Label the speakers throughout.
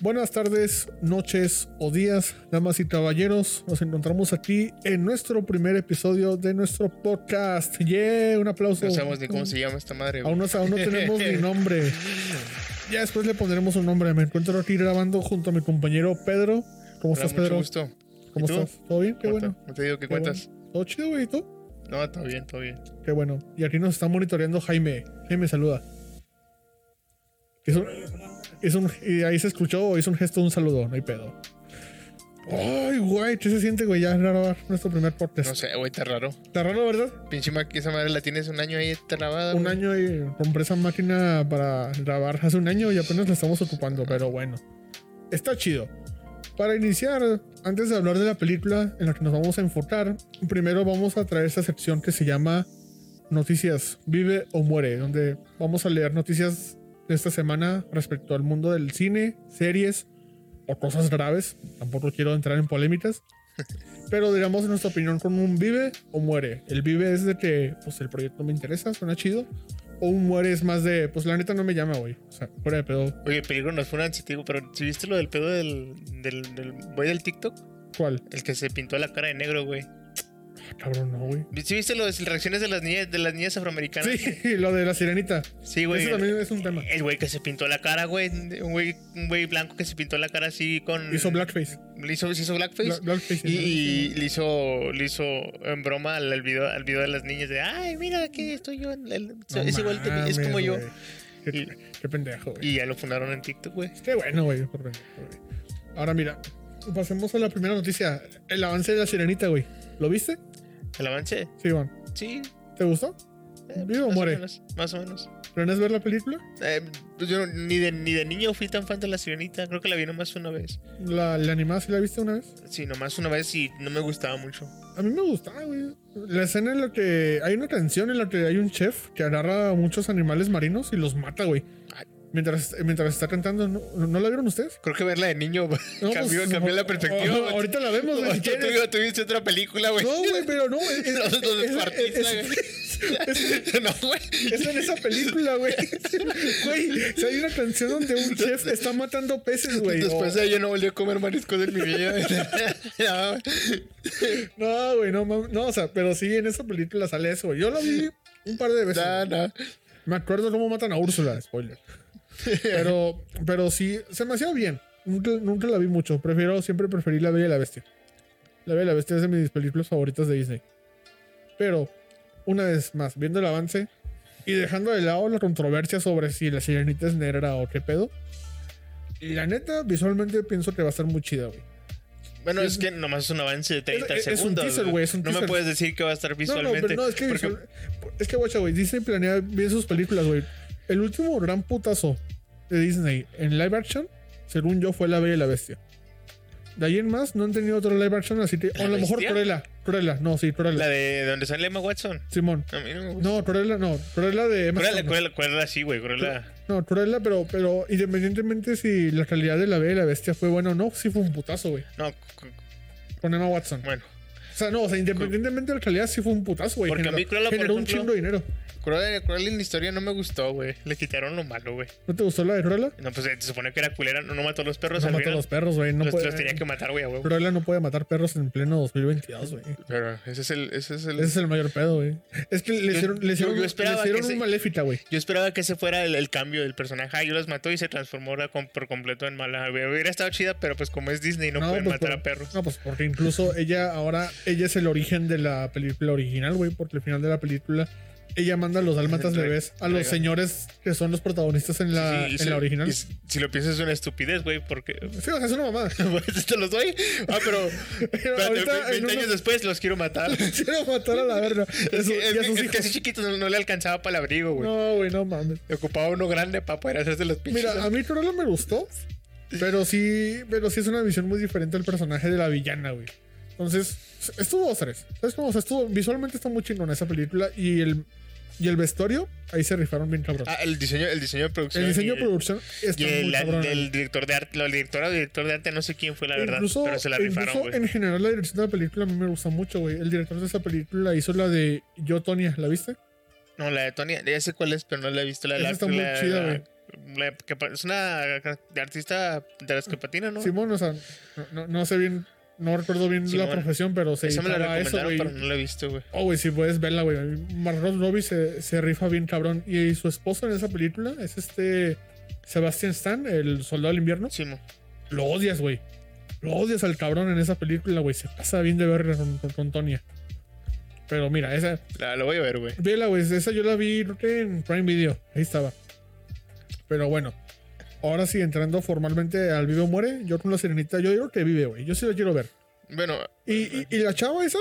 Speaker 1: Buenas tardes, noches o días, damas y caballeros. Nos encontramos aquí en nuestro primer episodio de nuestro podcast. Yeah, un aplauso.
Speaker 2: No sabemos ni cómo se llama esta madre. güey.
Speaker 1: Aún no, aún no tenemos ni nombre. Ya después le pondremos un nombre. Me encuentro aquí grabando junto a mi compañero Pedro. ¿Cómo
Speaker 2: Hola,
Speaker 1: estás,
Speaker 2: mucho
Speaker 1: Pedro?
Speaker 2: gusto.
Speaker 1: ¿Cómo
Speaker 2: ¿Y tú?
Speaker 1: estás? ¿Todo bien? Qué
Speaker 2: ¿Cómo
Speaker 1: bueno.
Speaker 2: te- ¿Cómo te digo qué
Speaker 1: Qué bueno.
Speaker 2: cuentas?
Speaker 1: ¿Todo chido, güey? ¿Y tú?
Speaker 2: No, todo bien, todo bien.
Speaker 1: Qué bueno. Y aquí nos está monitoreando Jaime. Jaime, saluda. Hizo, hizo un, y ahí se escuchó, hizo un gesto, de un saludo, no hay pedo. Ay, güey, ¿qué se siente, güey? Ya grabar nuestro primer podcast.
Speaker 2: No sé, güey, está raro.
Speaker 1: Está raro, ¿verdad?
Speaker 2: Pinche ma- que esa madre la tienes un año ahí trabada.
Speaker 1: Un
Speaker 2: güey.
Speaker 1: año y compré esa máquina para grabar hace un año y apenas la estamos ocupando, pero bueno. Está chido. Para iniciar, antes de hablar de la película en la que nos vamos a enfocar, primero vamos a traer esta sección que se llama Noticias, vive o muere, donde vamos a leer noticias de esta semana respecto al mundo del cine, series o cosas graves. Tampoco quiero entrar en polémicas. Pero digamos en nuestra opinión con un vive o muere. El vive es de que pues el proyecto me interesa, suena chido. O un muere es más de pues la neta no me llama, güey. O sea, fuera de pedo.
Speaker 2: Oye, peligro nos fue un ansia, te digo, pero si viste lo del pedo del, del, del güey del TikTok?
Speaker 1: ¿Cuál?
Speaker 2: El que se pintó la cara de negro, güey.
Speaker 1: Ah, cabrón, no, güey.
Speaker 2: ¿Sí viste las reacciones de las niñas, de las niñas afroamericanas?
Speaker 1: Sí, lo de la sirenita.
Speaker 2: Sí, güey.
Speaker 1: Eso
Speaker 2: el-
Speaker 1: también es un tema.
Speaker 2: El güey que se pintó la cara, güey. Un güey un güey blanco que se pintó la cara así con.
Speaker 1: Hizo blackface.
Speaker 2: le hizo- se hizo blackface.
Speaker 1: Bla- blackface.
Speaker 2: Pues, Y,
Speaker 1: sí.
Speaker 2: y le hizo le hizo en broma al, al video, al video de las niñas de ay mira aquí estoy yo en el-
Speaker 1: No
Speaker 2: es igual que- es
Speaker 1: mames,
Speaker 2: como yo
Speaker 1: güey. Qué, qué pendejo, güey.
Speaker 2: y ya lo fundaron en TikTok güey
Speaker 1: Qué bueno, güey. por pendejo, güey. Ahora mira, pasemos a la primera noticia. El avance de la sirenita, güey. ¿Lo viste?
Speaker 2: el avance
Speaker 1: Sí, Iván.
Speaker 2: sí
Speaker 1: ¿Te gustó?
Speaker 2: eh,
Speaker 1: ¿Vivo o
Speaker 2: más
Speaker 1: muere?
Speaker 2: o menos más o menos
Speaker 1: ¿Planeas ver la película?
Speaker 2: Eh, pues yo no- ni de ni de niño fui tan fan de la sirenita creo que la vi nomás una vez
Speaker 1: ¿La, la animada sí la viste una vez?
Speaker 2: sí nomás una vez y no me gustaba mucho
Speaker 1: A mí me gustaba, güey. La escena en la que hay una canción en la que hay un chef que agarra a muchos animales marinos y los mata, güey.
Speaker 2: Ay.
Speaker 1: Mientras, mientras está cantando, ¿no, ¿no la vieron ustedes?
Speaker 2: creo que verla de niño
Speaker 1: No,
Speaker 2: cambió,
Speaker 1: pues,
Speaker 2: cambió
Speaker 1: a-
Speaker 2: la perspectiva
Speaker 1: a-
Speaker 2: güey.
Speaker 1: ahorita la vemos, güey. si
Speaker 2: Tú- tú-
Speaker 1: quieres.
Speaker 2: tú viste otra película güey
Speaker 1: No, güey, pero no. Es, es-
Speaker 2: los dos
Speaker 1: es-
Speaker 2: despartista,
Speaker 1: es-
Speaker 2: güey. no güey
Speaker 1: es en esa película, güey. Güey, si hay una canción donde un chef está matando peces, güey. o-
Speaker 2: Después de ello no volví a comer mariscos en mi vida. No,
Speaker 1: No, güey, no, mam- no, o sea, pero sí, en esa película sale eso, güey. Yo la vi un par de veces.
Speaker 2: no, no.
Speaker 1: Me acuerdo cómo matan a Úrsula, spoiler. Pero, pero sí, se me hacía bien. Nunca, nunca la vi mucho. Prefiero, siempre preferí La Bella y la Bestia. La Bella y la Bestia es de mis películas favoritas de Disney. Pero, una vez más, viendo el avance y dejando de lado la controversia sobre si la sirenita es negra o qué pedo. La neta, visualmente pienso que va a estar muy chida, güey.
Speaker 2: Bueno, es que nomás es un avance de 30
Speaker 1: Es- es- es un
Speaker 2: segundos.
Speaker 1: teaser, güey, es un
Speaker 2: no me
Speaker 1: teaser.
Speaker 2: puedes decir que va a estar
Speaker 1: No, no,
Speaker 2: visualmente.
Speaker 1: pero no, es que,
Speaker 2: porque
Speaker 1: visual- es que, guacha, güey, Disney planea bien sus películas, güey. El último gran putazo de Disney en live action, según yo, fue La Bella y la Bestia. De ahí en más, no han tenido otro live action, así que. o
Speaker 2: ¿La
Speaker 1: a lo mejor
Speaker 2: Bestia?
Speaker 1: Cruella. Cruella, no, sí, Cruella.
Speaker 2: La de donde sale Emma Watson.
Speaker 1: Simón.
Speaker 2: A mí no me gusta.
Speaker 1: No, Cruella, no. Cruella de Emma
Speaker 2: Cruella,
Speaker 1: Stone.
Speaker 2: Cruella, Cruella sí, güey. Cruella.
Speaker 1: No, Cruella, pero, pero independientemente si la calidad de La Bella y la Bestia fue buena o no, sí fue un putazo, güey.
Speaker 2: No, cu- cu-
Speaker 1: Con Emma Watson.
Speaker 2: bueno.
Speaker 1: O sea, no, o sea, independientemente de la calidad, sí fue un putazo, güey.
Speaker 2: Porque a
Speaker 1: Generó-
Speaker 2: mí Cruella, por
Speaker 1: generó un
Speaker 2: ejemplo-
Speaker 1: chingo de dinero.
Speaker 2: Cruella, Cruella en la historia no me gustó, güey. Le quitaron lo malo, güey.
Speaker 1: ¿No te gustó la de Cruella?
Speaker 2: No, pues se supone que era culera. No, no mató a los perros.
Speaker 1: No
Speaker 2: al
Speaker 1: mató a
Speaker 2: final.
Speaker 1: los perros, güey. No
Speaker 2: los,
Speaker 1: puede-
Speaker 2: los tenía que matar, güey, a huevo.
Speaker 1: Cruella no puede matar perros en pleno 2022, güey.
Speaker 2: Pero ese es el. Ese es el
Speaker 1: Ese es el mayor pedo, güey. Es que le
Speaker 2: Yo-
Speaker 1: hicieron, le
Speaker 2: yo-
Speaker 1: hicieron,
Speaker 2: yo esperaba
Speaker 1: le hicieron
Speaker 2: que
Speaker 1: un
Speaker 2: se-
Speaker 1: maléfita, güey.
Speaker 2: Yo esperaba que ese fuera el, el cambio del personaje. Ah, yo los mató y se transformó ahora con- por completo en mala. güey. Hubiera estado chida, pero pues como es Disney, no, pueden
Speaker 1: pues,
Speaker 2: matar
Speaker 1: por-
Speaker 2: a perros.
Speaker 1: No, pues porque incluso ella ahora, ella es el origen de la película original, güey. Porque al final de la película, ella manda a los dálmatas
Speaker 2: Re-
Speaker 1: bebés a los
Speaker 2: rega-
Speaker 1: señores que son los protagonistas en la,
Speaker 2: Sí, y
Speaker 1: en
Speaker 2: si-
Speaker 1: la original.
Speaker 2: y si si lo piensas es una estupidez, güey, porque...
Speaker 1: Sí, o sea, es una mamada.
Speaker 2: Pues, te los doy. Ah, pero... espérate,
Speaker 1: ahorita
Speaker 2: ve- 20
Speaker 1: en unos-
Speaker 2: años después los quiero matar. es
Speaker 1: Quiero matar a la verga.
Speaker 2: que,
Speaker 1: Eso-
Speaker 2: es
Speaker 1: y a
Speaker 2: que-
Speaker 1: sus
Speaker 2: es que
Speaker 1: hijos.
Speaker 2: así chiquitos no, no le alcanzaba para el abrigo, güey.
Speaker 1: No, güey, no mames.
Speaker 2: Ocupaba uno grande para poder hacerse los pinches.
Speaker 1: Mira, a mí Cruella me gustó, pero sí, pero sí es una visión muy diferente al personaje de la villana, güey. Entonces, estuvo tres. ¿Sabes cómo? O sea, estuvo, visualmente está muy chingona esa película y el, y el vestuario, ahí se rifaron bien cabrón.
Speaker 2: Ah, el diseño, el diseño de producción.
Speaker 1: el diseño de
Speaker 2: y-
Speaker 1: producción está
Speaker 2: Y
Speaker 1: muy
Speaker 2: el,
Speaker 1: cabrón. eh.
Speaker 2: del director de arte, la directora o director de arte, no sé quién fue la verdad,
Speaker 1: incluso,
Speaker 2: pero se la
Speaker 1: incluso
Speaker 2: rifaron, güey.
Speaker 1: en general la dirección de la película a mí me gusta mucho, güey. El director de esa película hizo la de Yo, Tonya, ¿la viste?
Speaker 2: No, la de Tony, ya sé cuál es, pero no la he visto. La de
Speaker 1: Esa
Speaker 2: la,
Speaker 1: está muy
Speaker 2: la-
Speaker 1: chida,
Speaker 2: la-
Speaker 1: güey.
Speaker 2: la que pa- es una de artista de las que patina, ¿no?
Speaker 1: Simón, o sea, no- no, no sé bien, no recuerdo bien la
Speaker 2: Simón.
Speaker 1: profesión, pero se
Speaker 2: Esa me la
Speaker 1: dedicaba a eso,
Speaker 2: recomendaron,
Speaker 1: güey.
Speaker 2: pero no la he visto, güey.
Speaker 1: Oh, güey, si puedes verla, güey. Margot Robbie se, se rifa bien cabrón. Y su esposo en esa película es este Sebastian Stan, el soldado del invierno.
Speaker 2: Simón.
Speaker 1: Lo odias, güey. Lo odias al cabrón en esa película, güey. Se pasa bien de verga con, con, con Tonya. Pero mira, esa,
Speaker 2: La, la voy a ver, güey.
Speaker 1: Vela, güey. Esa yo la vi creo que en Prime Video. Ahí estaba. Pero bueno. Ahora sí, entrando formalmente al Vive o Muere, yo con la sirenita, yo digo que vive, güey. Yo sí la quiero ver.
Speaker 2: Bueno,
Speaker 1: Y, y- y la chava esa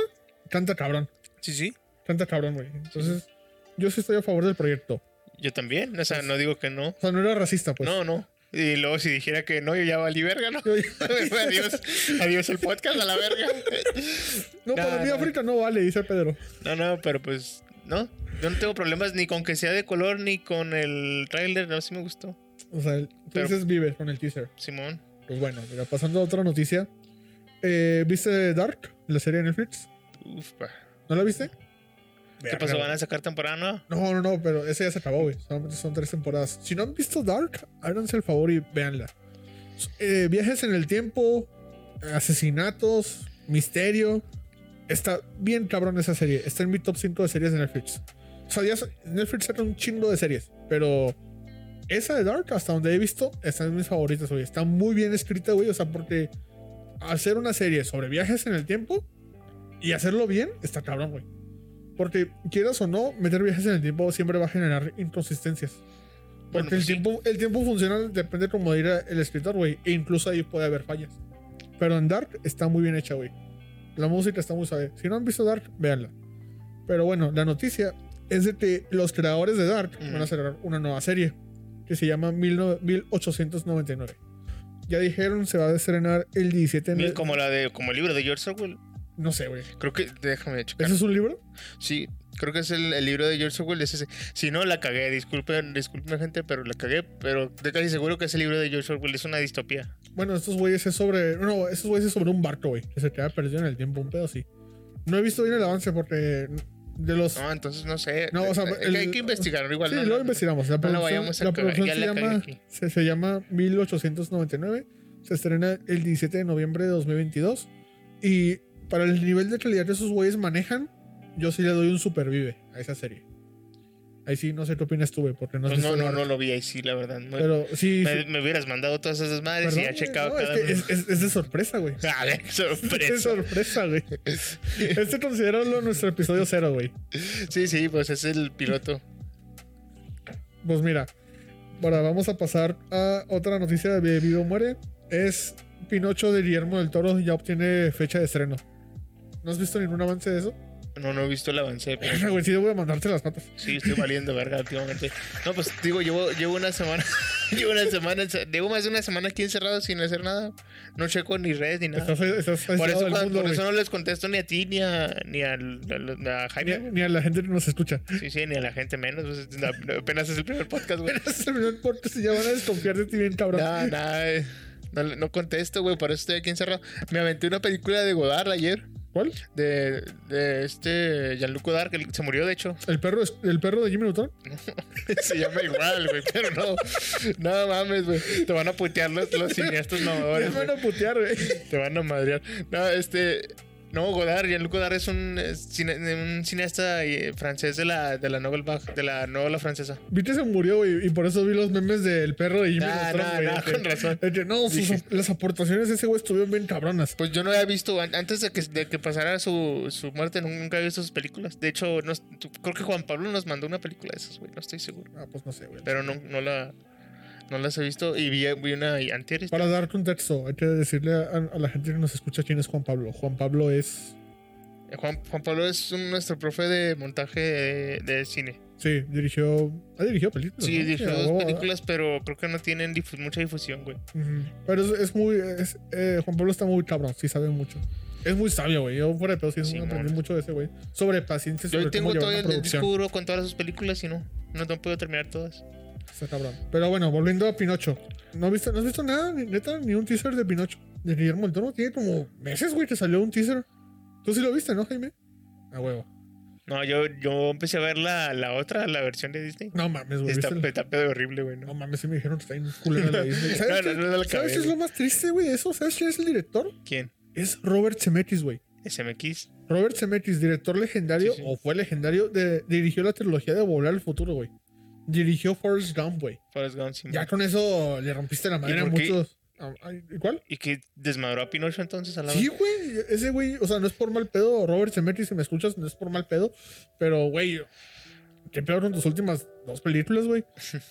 Speaker 1: canta cabrón.
Speaker 2: sí, sí.
Speaker 1: Canta cabrón, güey. Entonces, yo sí estoy a favor del proyecto.
Speaker 2: Yo también. O sea, no digo que no.
Speaker 1: O sea, no era racista, pues.
Speaker 2: No, no. Y luego si dijera que no, yo ya valí verga, ¿no?
Speaker 1: Yo- yo-
Speaker 2: adiós, adiós el podcast a la verga.
Speaker 1: No, para
Speaker 2: No,
Speaker 1: mí
Speaker 2: no.
Speaker 1: África no vale, dice Pedro.
Speaker 2: No, no, pero pues, no. Yo no tengo problemas ni con que sea de color, ni con el trailer. No, sí me gustó.
Speaker 1: O sea, el- tú
Speaker 2: Pero-
Speaker 1: dices vive con el teaser.
Speaker 2: Simón.
Speaker 1: Pues bueno, mira, pasando a otra noticia. Eh, ¿Viste Dark, la serie de Netflix?
Speaker 2: Uf, pa.
Speaker 1: ¿No la viste?
Speaker 2: ¿Qué pasó? ¿Van a sacar temporada nueva?
Speaker 1: No, no, no, pero esa ya se acabó, güey. Solamente son tres temporadas. Si no han visto Dark, háganse el favor y véanla. Eh, viajes en el tiempo, asesinatos, misterio. Está bien cabrón esa serie. Está en mi top 5 de series de Netflix. O sea, ya sa- Netflix saca un chingo de series, pero esa de Dark, hasta donde he visto, está en mis favoritas, güey. Está muy bien escrita, güey. O sea, porque hacer una serie sobre viajes en el tiempo y hacerlo bien, está cabrón, güey. Porque quieras o no, meter viajes en el tiempo siempre va a generar inconsistencias. Porque
Speaker 2: Bueno, pues
Speaker 1: el,
Speaker 2: sí.
Speaker 1: tiempo, el tiempo funciona, depende como diga el escritor, güey. E incluso ahí puede haber fallas. Pero en Dark está muy bien hecha, güey. La música está muy suave. Si no han visto Dark, véanla. Pero bueno, la noticia es de que los creadores de Dark
Speaker 2: Ujú.
Speaker 1: van a cerrar una nueva serie que se llama 19- 1899. Ya dijeron, se va a estrenar el 17 de...
Speaker 2: Como la de, como el libro de George Orwell.
Speaker 1: No sé, güey.
Speaker 2: Creo que, déjame checar.
Speaker 1: ¿Eso es un libro?
Speaker 2: Sí, creo que es el, el libro de George Orwell. Es ese. Si no, la cagué. Disculpen, disculpen, gente, pero la cagué. Pero de casi seguro que ese libro de George Orwell es una distopía.
Speaker 1: Bueno, estos güeyes es sobre. No, estos güeyes es sobre un barco, güey. Que se queda perdido en el tiempo, un pedo así. No he visto bien el avance porque. De los.
Speaker 2: No, entonces no sé.
Speaker 1: No, o sea,
Speaker 2: Eh,
Speaker 1: el-
Speaker 2: hay que investigar. Igual
Speaker 1: sí,
Speaker 2: no,
Speaker 1: lo
Speaker 2: no, no.
Speaker 1: investigamos. La
Speaker 2: no la
Speaker 1: producción,
Speaker 2: vayamos a
Speaker 1: la
Speaker 2: cagar,
Speaker 1: producción
Speaker 2: ya
Speaker 1: se,
Speaker 2: la cagué
Speaker 1: llama,
Speaker 2: aquí.
Speaker 1: se, se llama 1899. Se estrena el 17 de noviembre de 2022. Y para el nivel de calidad que esos güeyes manejan, yo sí le doy un supervive a esa serie. Ahí sí, no sé qué opinas tú, güey, porque no has
Speaker 2: Pues no,
Speaker 1: visto
Speaker 2: no,
Speaker 1: nada.
Speaker 2: no lo vi ahí, sí, la verdad. No-
Speaker 1: Pero sí.
Speaker 2: me,
Speaker 1: sí.
Speaker 2: me hubieras mandado todas esas madres y
Speaker 1: Perdón,
Speaker 2: ya
Speaker 1: güey,
Speaker 2: checado
Speaker 1: no, es
Speaker 2: cada
Speaker 1: que
Speaker 2: uno.
Speaker 1: es- es- es de sorpresa, güey.
Speaker 2: A ver,
Speaker 1: Qué
Speaker 2: sorpresa.
Speaker 1: sorpresa, güey. Este considerarlo nuestro episodio cero, güey.
Speaker 2: Sí, sí, pues es el piloto.
Speaker 1: Pues mira, ahora vamos a pasar a otra noticia de Vivo Muere. Es Pinocho de Guillermo del Toro ya obtiene fecha de estreno. ¿No has visto ningún avance de eso?
Speaker 2: No, no he visto el avance, pero
Speaker 1: Güey, sí, voy a mandarte las patas.
Speaker 2: sí, estoy valiendo verga últimamente. No, pues digo, llevo, llevo una semana, llevo una semana, encer- llevo más de una semana aquí encerrado sin hacer nada. No checo ni redes ni nada.
Speaker 1: Estás, estás
Speaker 2: Por
Speaker 1: aislado
Speaker 2: eso,
Speaker 1: del
Speaker 2: cuando-
Speaker 1: mundo,
Speaker 2: por
Speaker 1: güey.
Speaker 2: eso no les contesto ni a ti, ni a, ni al- al- a
Speaker 1: Ni a-
Speaker 2: Jaime.
Speaker 1: Ni a la gente que nos escucha.
Speaker 2: Sí, sí, ni a la gente menos. pues, na- apenas es el primer podcast, güey.
Speaker 1: Terminó el podcast y ya van a desconfiar de ti bien cabrón.
Speaker 2: No, no, eh, no, no contesto, güey, por eso estoy aquí encerrado. Me aventé una película de Godard ayer,
Speaker 1: ¿Cuál?
Speaker 2: de, de este Jean-Luc Godard, que se murió, de hecho.
Speaker 1: ¿El perro, es- ¿El perro de Jimmy Neutron?
Speaker 2: Se llama igual, güey, pero no. No mames, güey. Te van a putear los, los cineastas
Speaker 1: Me
Speaker 2: mamadores. güey.
Speaker 1: van a putear, güey.
Speaker 2: Te van a madrear. No, este. No, Godard, Jean-Luc Godard es un, es cine- un cineasta eh, francés de la, de la novel Vague, de la novela francesa.
Speaker 1: Viste se murió, güey, y por eso vi los memes del perro de Jimmy
Speaker 2: Nah,
Speaker 1: Neutron,
Speaker 2: nah,
Speaker 1: güey,
Speaker 2: nah,
Speaker 1: de que-
Speaker 2: con razón.
Speaker 1: de que, no, sus-
Speaker 2: Dije-
Speaker 1: las aportaciones de ese güey estuvieron bien cabronas.
Speaker 2: Pues yo no había visto, an- antes de que, de que pasara su, su muerte, nunca había visto sus películas. De hecho, no, es- creo que Juan Pablo nos mandó una película de esas, güey, no estoy seguro.
Speaker 1: Ah, pues no sé, güey.
Speaker 2: Pero no, no, la, no las he visto y vi, vi una y antier.
Speaker 1: Para dar contexto, hay que decirle a, a la gente que nos escucha quién es Juan Pablo. Juan Pablo es.
Speaker 2: Eh, Juan, Juan Pablo es un- nuestro profe de montaje de, de cine.
Speaker 1: Sí, dirigió. Ha dirigido películas.
Speaker 2: Sí,
Speaker 1: ¿no?
Speaker 2: dirigió
Speaker 1: a
Speaker 2: dos
Speaker 1: huevo,
Speaker 2: películas, pero creo que no tienen difu- mucha difusión, güey.
Speaker 1: Ujú. Pero es, es muy. es- eh, Juan Pablo está muy cabrón, sí sabe mucho. Es muy sabio, güey. Yo fuera de pedo sí,
Speaker 2: Simón.
Speaker 1: aprendí mucho de ese güey. Sobre paciencia, sobre
Speaker 2: Yo tengo
Speaker 1: cómo llevar
Speaker 2: todavía
Speaker 1: una
Speaker 2: el disco
Speaker 1: producción.
Speaker 2: duro con todas sus películas y no, no, no puedo terminar todas.
Speaker 1: Está cabrón. Pero bueno, volviendo a Pinocho. ¿No, viste- no has visto nada, ni, neta, ni un teaser de Pinocho? De Guillermo del Toro. Tiene como meses, güey, que salió un teaser. Tú sí lo viste, ¿no, Jaime? A huevo.
Speaker 2: No, yo, yo empecé a ver la, la otra, la versión de Disney.
Speaker 1: No mames, güey.
Speaker 2: Está,
Speaker 1: ¿viste la-
Speaker 2: está pedo horrible, güey.
Speaker 1: No
Speaker 2: ¿no?
Speaker 1: mames, sí me dijeron que está bien culera la Disney. ¿Sabes,
Speaker 2: no,
Speaker 1: qué-
Speaker 2: no la
Speaker 1: ¿sabes
Speaker 2: acabé,
Speaker 1: qué es lo más triste, güey? de Eso, ¿sabes quién es el director?
Speaker 2: ¿Quién?
Speaker 1: Es Robert Zemeckis, güey.
Speaker 2: SMX.
Speaker 1: Robert Zemeckis, director legendario,
Speaker 2: Sí, sí.
Speaker 1: o fue legendario, de- dirigió la trilogía de Volar al Futuro, güey. Dirigió Forrest Gump, güey.
Speaker 2: Forrest Gump, Simón.
Speaker 1: Ya con eso le rompiste la madre a
Speaker 2: Mm. por qué?
Speaker 1: muchos. a- a- ¿Cuál?
Speaker 2: ¿Y que desmadró a Pinocho entonces a la
Speaker 1: Sí,
Speaker 2: vez?
Speaker 1: güey. Ese güey, o sea, no es por mal pedo. Robert Zemeckis, si me escuchas, no es por mal pedo. Pero, güey, qué peor con tus últimas dos películas, güey.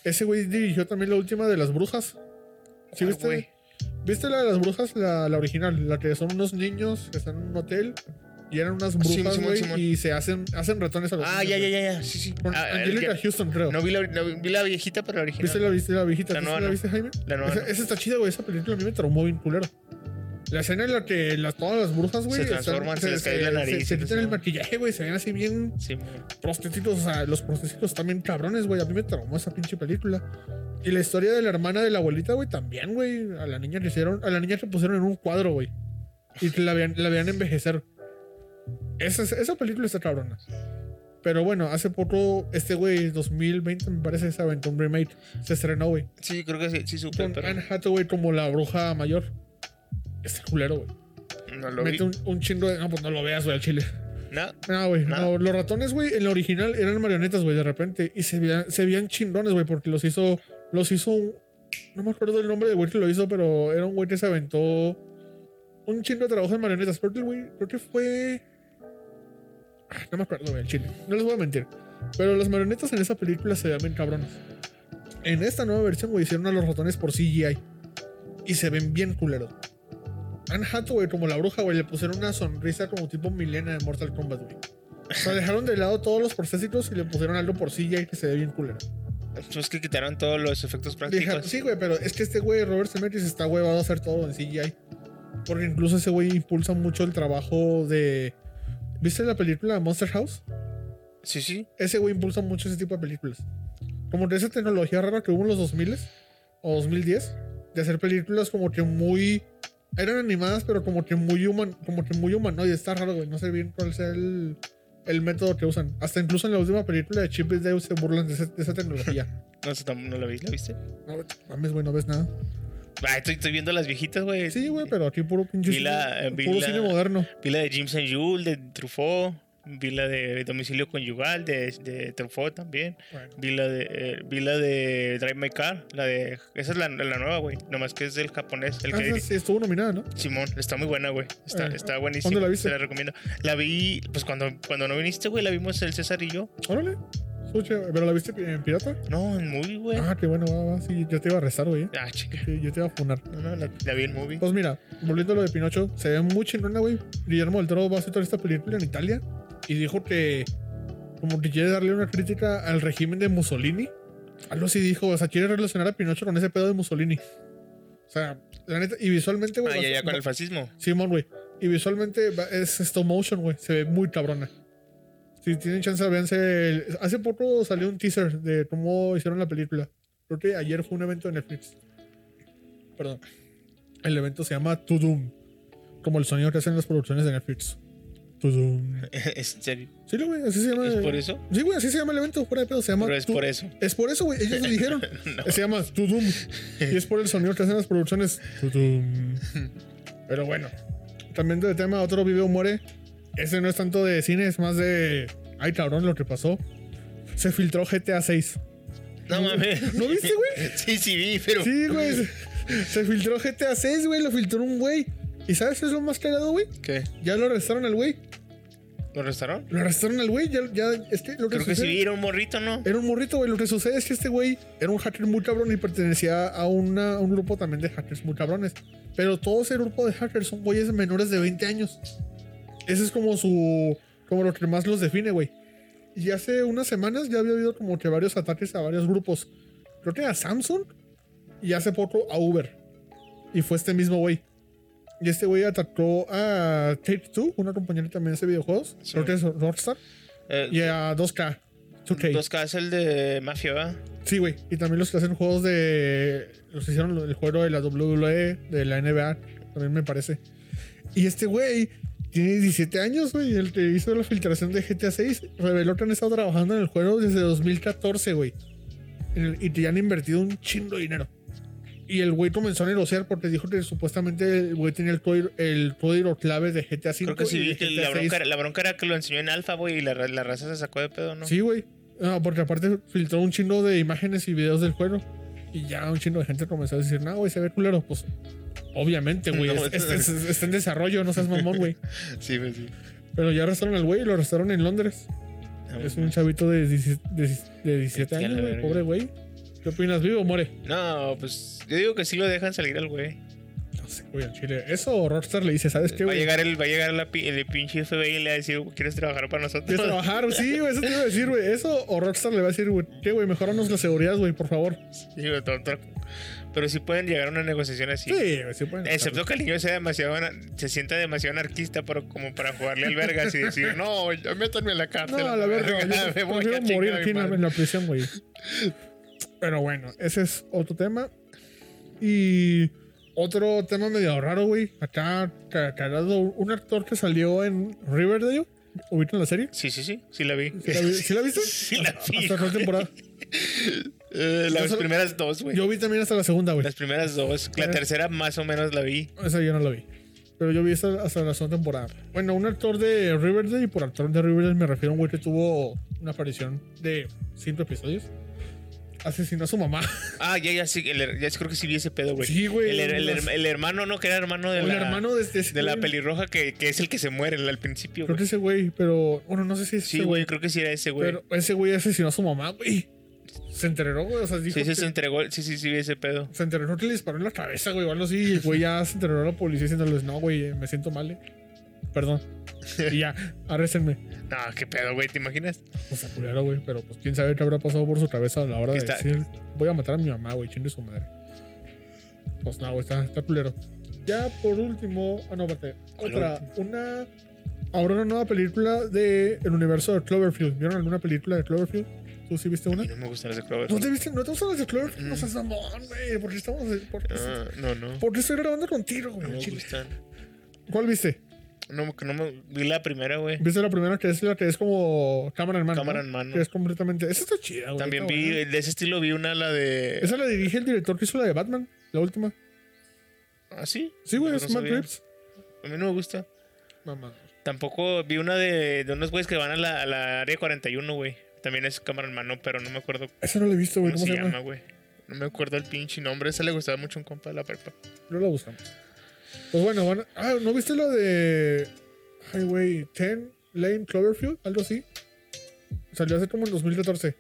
Speaker 1: Ese güey dirigió también la última de las brujas. ¿Sí
Speaker 2: Ay,
Speaker 1: viste?
Speaker 2: güey.
Speaker 1: ¿Viste la de las brujas? La, la original, la que son unos niños que están en un hotel y eran unas
Speaker 2: Simón,
Speaker 1: brujas,
Speaker 2: Ah, Simón,
Speaker 1: güey,
Speaker 2: Simón.
Speaker 1: y se hacen, hacen ratones a los
Speaker 2: Ah,
Speaker 1: niños,
Speaker 2: ya, ya,
Speaker 1: güey.
Speaker 2: ya, ya. Sí, sí.
Speaker 1: Con
Speaker 2: Ah, el
Speaker 1: Angelica
Speaker 2: que-
Speaker 1: Houston, creo.
Speaker 2: no, vi la, no vi la viejita, pero la original.
Speaker 1: ¿Viste la, viste la viejita?
Speaker 2: La
Speaker 1: ¿Tú sí
Speaker 2: nueva,
Speaker 1: la
Speaker 2: no.
Speaker 1: viste, Jaime?
Speaker 2: La nueva,
Speaker 1: esa,
Speaker 2: no.
Speaker 1: esa está chida, güey. Esa película a mí me traumó bien culero. La escena en la que las, todas las brujas, güey,
Speaker 2: Se
Speaker 1: están-
Speaker 2: transforman, se les cae la nariz
Speaker 1: se-
Speaker 2: y
Speaker 1: Se,
Speaker 2: no
Speaker 1: quitan
Speaker 2: sé,
Speaker 1: el
Speaker 2: güey.
Speaker 1: maquillaje, güey. Se ven así bien
Speaker 2: Sí, mo-
Speaker 1: prostecitos. O sea, los prostecitos también cabrones, güey. A mí me traumó esa pinche película. Y la historia de la hermana de la abuelita, güey, también, güey. A la niña le hicieron, a la niña se pusieron en un cuadro, güey. Y que la vean, la vean envejecer. Esa, es- esa película está cabrona. Pero bueno, hace poco, este güey, 2020, me parece, se aventó un remake. Se estrenó, güey.
Speaker 2: sí, creo que sí, sí supe,
Speaker 1: Con
Speaker 2: pero
Speaker 1: Anne Hathaway como la bruja mayor. Este culero, güey.
Speaker 2: no lo vi.
Speaker 1: Mete un, un chingo de. No, pues no lo veas, güey, al chile.
Speaker 2: No,
Speaker 1: No, Ah, güey.
Speaker 2: Nada.
Speaker 1: no, los ratones, güey, en la original eran marionetas, güey, de repente. Y se veían, se veían chingones, güey, porque los hizo. Los hizo un. No me acuerdo el nombre de güey que lo hizo, pero era un güey que se aventó un chingo de trabajo en marionetas. Porque el güey, creo que fue. Ah, No me acuerdo, güey, el chile. No les voy a mentir. Pero las marionetas en esa película se veían bien cabronas. En esta nueva versión, güey, hicieron a los ratones por CGI. Y se ven bien culeros. Anne Hathaway, como la bruja, güey, le pusieron una sonrisa como tipo Milena de Mortal Kombat, güey. O sea, dejaron de lado todos los procesitos y le pusieron algo por CGI que se ve bien culero.
Speaker 2: pues que quitaron todos los efectos
Speaker 1: Deja-
Speaker 2: prácticos.
Speaker 1: sí, güey, pero es que este güey, Robert Zemeckis, está huevado a hacer todo en CGI. Porque incluso ese güey impulsa mucho el trabajo de... ¿Viste la película Monster House?
Speaker 2: Sí, sí.
Speaker 1: Ese güey impulsa mucho ese tipo de películas. Como de esa tecnología rara que hubo en los 2000 o 2010, de hacer películas como que muy... Eran animadas, pero como que muy human, como que muy humanoide. Está raro, güey. No sé bien cuál sea el, el método que usan. Hasta incluso en la última película de Chip y Dale se burlan de, ese- de esa tecnología.
Speaker 2: No, sé, tam- no la vi, ¿la viste?
Speaker 1: No, mames, güey, no ves nada.
Speaker 2: Ah, estoy, estoy viendo las viejitas, güey.
Speaker 1: Sí, güey, pero aquí puro pinche
Speaker 2: Vi la- eh,
Speaker 1: cine,
Speaker 2: vi
Speaker 1: puro
Speaker 2: la-
Speaker 1: cine moderno.
Speaker 2: Vi la de Jim St. Jules, de Truffaut. Vi la de Domicilio Conyugal, de, de Truffaut también.
Speaker 1: Bueno,
Speaker 2: Vi la de, eh, vi la de Drive My Car. La de, esa es la, la nueva, güey. Nomás que es del japonés. El
Speaker 1: ah,
Speaker 2: que,
Speaker 1: esa sí, estuvo nominada, ¿no?
Speaker 2: Simón, está muy buena, güey. Está,
Speaker 1: Eh,
Speaker 2: está buenísima.
Speaker 1: ¿dónde la viste?
Speaker 2: Te la recomiendo. La vi, pues cuando, cuando no viniste, güey, la vimos el César y yo.
Speaker 1: Órale. Escucha, ¿pero la viste en pirata?
Speaker 2: No, en movie, güey.
Speaker 1: Ah, qué bueno, va, va. Sí, yo te iba a rezar, güey. eh.
Speaker 2: Ah, chica.
Speaker 1: Sí, yo te iba a funar.
Speaker 2: No, no, la, la vi en movie.
Speaker 1: Pues mira, volviendo a lo de Pinocho, se ve muy chingona, güey. Guillermo del Toro va a hacer esta película en Italia y dijo que como que quiere darle una crítica al régimen de Mussolini. Algo así dijo, o sea, quiere relacionar a Pinocho con ese pedo de Mussolini. O sea, la neta, y visualmente,
Speaker 2: Ah,
Speaker 1: güey.
Speaker 2: ya,
Speaker 1: va-
Speaker 2: ya con
Speaker 1: va-
Speaker 2: el fascismo.
Speaker 1: Simón, güey. Y visualmente va- es stop motion, güey. Se ve muy cabrona. Si tienen chance, véanse. el- Hace poco salió un teaser de cómo hicieron la película. Creo que ayer fue un evento de Netflix. Perdón. El evento se llama To Doom. Como el sonido que hacen las producciones de Netflix. To Doom.
Speaker 2: es en serio.
Speaker 1: Sí, güey, así se llama.
Speaker 2: Eh, ¿Es por eso?
Speaker 1: Sí, güey, así se llama el evento. Fuera de pedo. Se llama
Speaker 2: Pero es
Speaker 1: To-
Speaker 2: por eso.
Speaker 1: Es por eso, güey. Ellos lo dijeron.
Speaker 2: No.
Speaker 1: Se llama To Doom. Y es por el sonido que hacen las producciones. To Doom. Pero bueno. También del tema, otro video muere. Ese no es tanto de cine, es más de. Ay, cabrón, lo que pasó. Se filtró GTA 6.
Speaker 2: No mames.
Speaker 1: ¿No viste, güey?
Speaker 2: Sí, sí vi, pero.
Speaker 1: Sí, güey. se- Se filtró GTA 6, güey. Lo filtró un güey. ¿Y sabes qué es lo más cagado, güey?
Speaker 2: ¿Qué?
Speaker 1: Ya lo arrestaron al güey.
Speaker 2: ¿Lo arrestaron?
Speaker 1: Lo arrestaron al güey. Ya, ya, es que lo que
Speaker 2: Creo que sí
Speaker 1: sucede-
Speaker 2: vi, era un morrito, ¿no?
Speaker 1: Era un morrito, güey. Lo que sucede es que este güey era un hacker muy cabrón y pertenecía a, una, a un grupo también de hackers muy cabrones. Pero todo ese grupo de hackers son güeyes menores de 20 años. Ese es como su. como lo que más los define, güey. Y hace unas semanas ya había habido como que varios ataques a varios grupos. Creo que a Samsung y hace poco a Uber. Y fue este mismo güey. Y este güey atacó a Take Two, una compañera que también hace videojuegos.
Speaker 2: Sí.
Speaker 1: Creo que es Rockstar.
Speaker 2: Eh,
Speaker 1: Y a 2K. 2K.
Speaker 2: 2K es el de Mafia, ¿va?
Speaker 1: Sí, güey. Y también los que hacen juegos de. Los que E, hicieron el juego de la WWE, de la NBA, también me parece. Y este güey Tiene 17 años, güey. El que hizo la filtración de GTA 6 reveló que han estado trabajando en el juego desde 2014, güey. En el- Y que ya han invertido un chingo de dinero. Y el güey comenzó a negociar porque dijo que supuestamente el güey tenía el código, el código clave de GTA 5.
Speaker 2: Creo que sí,
Speaker 1: y de
Speaker 2: vi que
Speaker 1: GTA
Speaker 2: la
Speaker 1: 6.
Speaker 2: bronca, la bronca era que lo enseñó en alfa, güey, y la, ra- la raza se sacó de pedo, ¿no?
Speaker 1: Sí, güey. Ah, porque aparte filtró un chingo de imágenes y videos del juego. Y ya un chingo de gente comenzó a decir, no, güey, se ve culero. Pues, obviamente, güey.
Speaker 2: No,
Speaker 1: es- es- es- es- está en desarrollo, no seas mamón, güey.
Speaker 2: Sí, pues sí.
Speaker 1: Pero ya arrestaron al güey y lo arrestaron en Londres. Es un chavito de, 17 de, de 17
Speaker 2: Vete a la
Speaker 1: años, güey,
Speaker 2: verga.
Speaker 1: pobre güey. ¿Qué opinas, vivo o muere?
Speaker 2: No, pues yo digo que sí lo dejan salir al güey.
Speaker 1: No sé, güey, al chile. Eso Rockstar le dice, ¿sabes qué,
Speaker 2: Va a
Speaker 1: güey?
Speaker 2: llegar el, va a llegar la, pi- el pinche FBI y le va a decir, ¿quieres trabajar para
Speaker 1: ¿Quieres
Speaker 2: nosotros?
Speaker 1: trabajar? Sí, güey, eso te iba a decir, güey. Eso o Rockstar le va a decir, güey, ¿qué, güey? Mejoranos la seguridad, güey, por favor.
Speaker 2: Digo, tonto. Pero sí pueden llegar a una negociación así.
Speaker 1: Sí, güey, sí pueden.
Speaker 2: Excepto que el niño sea demasiado, ana- se sienta demasiado anarquista pero como para jugarle al vergas y decir, no, ya métanme a la cárcel. Ah,
Speaker 1: No, a la verga. Yo
Speaker 2: me voy
Speaker 1: prefiero
Speaker 2: a chingar
Speaker 1: morir
Speaker 2: a mi
Speaker 1: aquí en la,
Speaker 2: madre".
Speaker 1: en la prisión, güey. Pero bueno, ese es otro tema. Y otro tema medio raro, güey. Acá, ca- cagado, un actor que salió en Riverdale. ¿Ubican la serie?
Speaker 2: Sí, sí, sí, sí la vi.
Speaker 1: ¿Sí la, vi- sí la viste?
Speaker 2: Sí la vi,
Speaker 1: Hasta la
Speaker 2: güey.
Speaker 1: temporada.
Speaker 2: Eh,
Speaker 1: Yo
Speaker 2: las
Speaker 1: solo-
Speaker 2: primeras dos, güey.
Speaker 1: Yo vi también hasta la segunda, güey.
Speaker 2: Las primeras dos. La
Speaker 1: Eh.
Speaker 2: tercera más o menos la vi.
Speaker 1: Esa yo no la vi. Pero yo vi esa hasta la segunda temporada. Bueno, un actor de Riverdale, y por actor de Riverdale me refiero a un güey que tuvo una aparición de cinco episodios. Asesinó a su mamá.
Speaker 2: Ah, ya, ya, sí, el her- ya sí creo que sí vi ese pedo, güey.
Speaker 1: Sí, güey,
Speaker 2: El, her- el her-
Speaker 1: las-
Speaker 2: el hermano, no, que era hermano de
Speaker 1: el
Speaker 2: la,
Speaker 1: hermano de, este-
Speaker 2: de la pelirroja que, que es el que se muere al principio,
Speaker 1: Creo que
Speaker 2: güey.
Speaker 1: ese güey, pero bueno, no sé si es
Speaker 2: Sí,
Speaker 1: ese
Speaker 2: güey, creo que sí era ese, güey.
Speaker 1: Pero ese güey asesinó a su mamá, güey. Se enteró, güey. O sea, dijo
Speaker 2: Sí, sí,
Speaker 1: que-
Speaker 2: se entregó. Sí, sí, sí, vi ese pedo.
Speaker 1: se enteró que le disparó en la cabeza, güey. O algo así. Y el güey ya se enteró a la policía diciéndoles, no, güey, eh, me siento mal. eh. Perdón. Y ya, arréstenme.
Speaker 2: No, qué pedo, güey, ¿te imaginas?
Speaker 1: O sea, culero, güey. Pero pues quién sabe qué habrá pasado por su cabeza a la hora de
Speaker 2: Está-
Speaker 1: decir, voy a matar a mi mamá, güey. Chingue su madre. Pues no, güey, está, está culero. Ya por último, ah, no, espérate.
Speaker 2: ¿Cuál
Speaker 1: Otra, una. Ahora una nueva película de el universo de Cloverfield. ¿Vieron alguna película de Cloverfield? ¿Tú sí viste
Speaker 2: A
Speaker 1: una?
Speaker 2: mí no me gustan las de
Speaker 1: ¿No
Speaker 2: Cloverfield.
Speaker 1: te viste? ¿No te gustan las de Cloverfield? No
Speaker 2: Mm.
Speaker 1: seas mamón, güey. ¿Por qué estamos.? ¿Por qué,
Speaker 2: Ah, no, no.
Speaker 1: por qué estoy grabando contigo, güey?
Speaker 2: No me
Speaker 1: Chile?
Speaker 2: gustan.
Speaker 1: ¿Cuál viste?
Speaker 2: No, que no me. Vi la primera, güey.
Speaker 1: ¿Viste la primera que es la que es como cámara en mano?
Speaker 2: Cámara
Speaker 1: ¿no?
Speaker 2: en mano.
Speaker 1: Que es completamente. Esa está chida, güey.
Speaker 2: También
Speaker 1: está
Speaker 2: vi,
Speaker 1: buena.
Speaker 2: de ese estilo vi una, la de.
Speaker 1: Esa la dirige el director que hizo la de Batman, la última.
Speaker 2: ¿Ah, sí?
Speaker 1: Sí, güey,
Speaker 2: No, no
Speaker 1: es Matt
Speaker 2: sabía.
Speaker 1: Reeves.
Speaker 2: A mí no me gusta.
Speaker 1: Mamá.
Speaker 2: Tampoco vi una de, de unos güeyes que van a la, a la área 41, güey. También es cámara en mano, pero no me acuerdo
Speaker 1: Esa no la he visto,
Speaker 2: cómo,
Speaker 1: güey. ¿Cómo se llama?
Speaker 2: güey. No me acuerdo el pinche nombre. Esa le gustaba mucho a un compa de la prepa.
Speaker 1: No la buscamos. Pues bueno, van a- Ah, ¿no viste la de. Ay, güey, 10 Lane Cloverfield? Algo así. Salió hace como en 2014.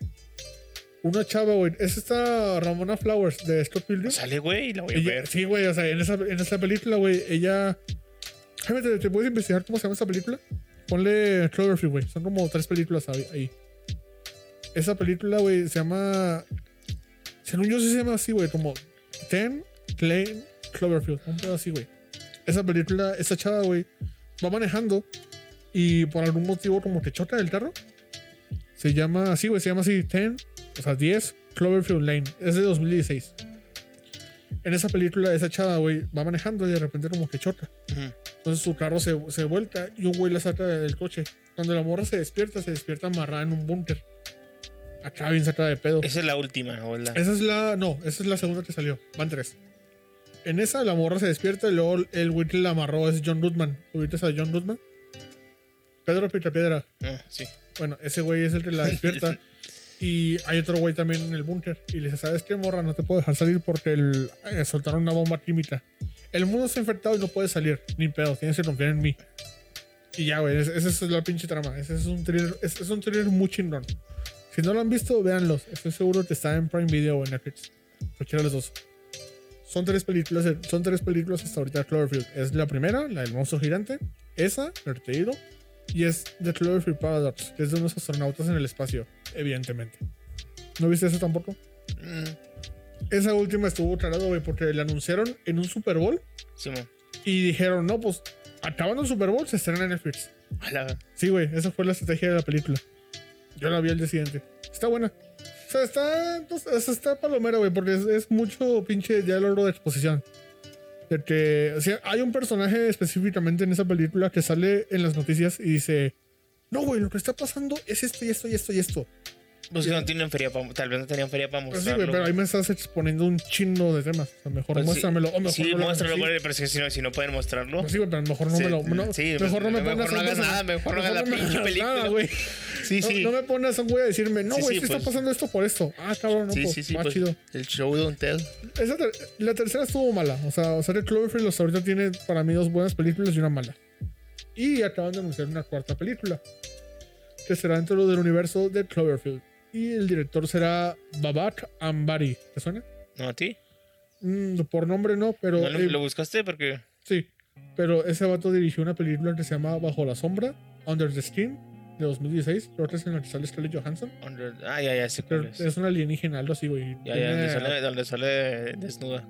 Speaker 1: Una chava, güey. Es esta Ramona Flowers de Scott Pilgrim.
Speaker 2: Sale, güey, y la voy a
Speaker 1: Ella-
Speaker 2: ver.
Speaker 1: sí, güey, o sea, en esa, en esa película, güey, ella. Ay, ¿te, te puedes investigar cómo se llama esa película? Ponle Cloverfield, güey. Son como tres películas ahí. ahí. Esa película, güey, se llama. Según yo, sí se llama así, güey, como Ten Lane Cloverfield. Un pedo así, güey. Esa película, esa chava, güey, va manejando y por algún motivo, como que choca el carro. Se llama así, güey, se llama así Ten, o sea, 10 Cloverfield Lane. Es de 2016. En esa película, esa chava, güey, va manejando y de repente como que choca.
Speaker 2: Ujú.
Speaker 1: Entonces su carro se, se vuelta y un güey la saca del coche. Cuando la morra se despierta, se despierta amarrada en un búnker. Acá bien sacada de pedo.
Speaker 2: Esa es la última, o la-
Speaker 1: Esa es la. No, esa es la segunda que salió. Van tres. En esa, la morra se despierta y luego el güey que la amarró es John Goodman. ¿Ubicas a John Goodman? Pedro Piedra.
Speaker 2: Ah, sí.
Speaker 1: Bueno, ese güey es el que la despierta. y hay otro güey también en el búnker. Y le dice, ¿sabes qué, morra? No te puedo dejar salir porque el, eh, soltaron una bomba química. El mundo está infectado y no puedes salir. Ni pedo, tienes que confiar en mí. Y ya, güey, es- esa es la pinche trama. Ese es un thriller, es, es un thriller muy chingón. Si no lo han visto, véanlos. Estoy seguro que está en Prime Video o en Netflix. Cualquiera de los dos. Son tres películas, eh, son tres películas hasta ahorita de Cloverfield. Es la primera, la del monstruo gigante. Esa, la que te digo, y es The Cloverfield Paradox, que es de unos astronautas en el espacio, evidentemente. ¿No viste eso tampoco?
Speaker 2: Mm,
Speaker 1: Esa última estuvo cagado, güey, porque la anunciaron en un Super Bowl
Speaker 2: Simón.
Speaker 1: y dijeron, no, pues, acabando el Super Bowl se estrena en Netflix.
Speaker 2: A la-
Speaker 1: Sí, güey, esa fue la estrategia de la película. Yo la vi el día siguiente. Está buena. O sea, está, o sea, está palomera, güey, porque es, es mucho pinche diálogo de exposición. de que, o sea, hay un personaje específicamente en esa película que sale en las noticias y dice, no, güey, lo que está pasando es esto y esto y esto y esto.
Speaker 2: Pues que no tienen feria para. Tal vez no tenían feria para
Speaker 1: Pero Pues sí,
Speaker 2: mostrarlo.
Speaker 1: güey, pero ahí me estás exponiendo un chingo de temas. O sea, mejor
Speaker 2: Pues sí.
Speaker 1: muéstramelo. o mejor
Speaker 2: Sí,
Speaker 1: no lo hagas
Speaker 2: muéstralo,
Speaker 1: así.
Speaker 2: güey, pero es que si no, si no pueden mostrarlo.
Speaker 1: Pues sí, güey, pero mejor no
Speaker 2: Sí,
Speaker 1: me lo. no-
Speaker 2: sí, pues,
Speaker 1: mejor no me
Speaker 2: mejor
Speaker 1: pongas
Speaker 2: no
Speaker 1: a un
Speaker 2: hagas
Speaker 1: personaje-
Speaker 2: nada, mejor no hagas la
Speaker 1: me
Speaker 2: pinche
Speaker 1: hagas nada,
Speaker 2: película.
Speaker 1: güey.
Speaker 2: Sí, sí.
Speaker 1: No, no me pones a un güey a decirme, no,
Speaker 2: Sí,
Speaker 1: güey,
Speaker 2: sí,
Speaker 1: sí,
Speaker 2: pues.
Speaker 1: está pasando esto por esto. Ah, cabrón, no,
Speaker 2: sí,
Speaker 1: pues,
Speaker 2: sí, sí.
Speaker 1: más
Speaker 2: pues,
Speaker 1: chido.
Speaker 2: El show don't tell.
Speaker 1: Esa ter- la tercera estuvo mala. O sea, o sea, que Cloverfield hasta ahorita tiene para mí dos buenas películas y una mala. Y acaban de anunciar una cuarta película. Que será dentro del universo de Cloverfield. Y el director será Babak Ambari. ¿Te suena?
Speaker 2: ¿No a ti?
Speaker 1: Mm, por nombre no, pero.
Speaker 2: ¿No lo,
Speaker 1: eh,
Speaker 2: lo buscaste? Porque.
Speaker 1: Sí. Pero ese vato dirigió una película que se llama Bajo la Sombra, Under the Skin, de 2016. La otra es en la que sale Scarlett Johansson.
Speaker 2: under- Ah, ya, ya, sí,
Speaker 1: Pero
Speaker 2: cuál es.
Speaker 1: es una alienígena, algo así, güey.
Speaker 2: Ya, ya, donde
Speaker 1: Tiene-
Speaker 2: sale, donde sale desnuda.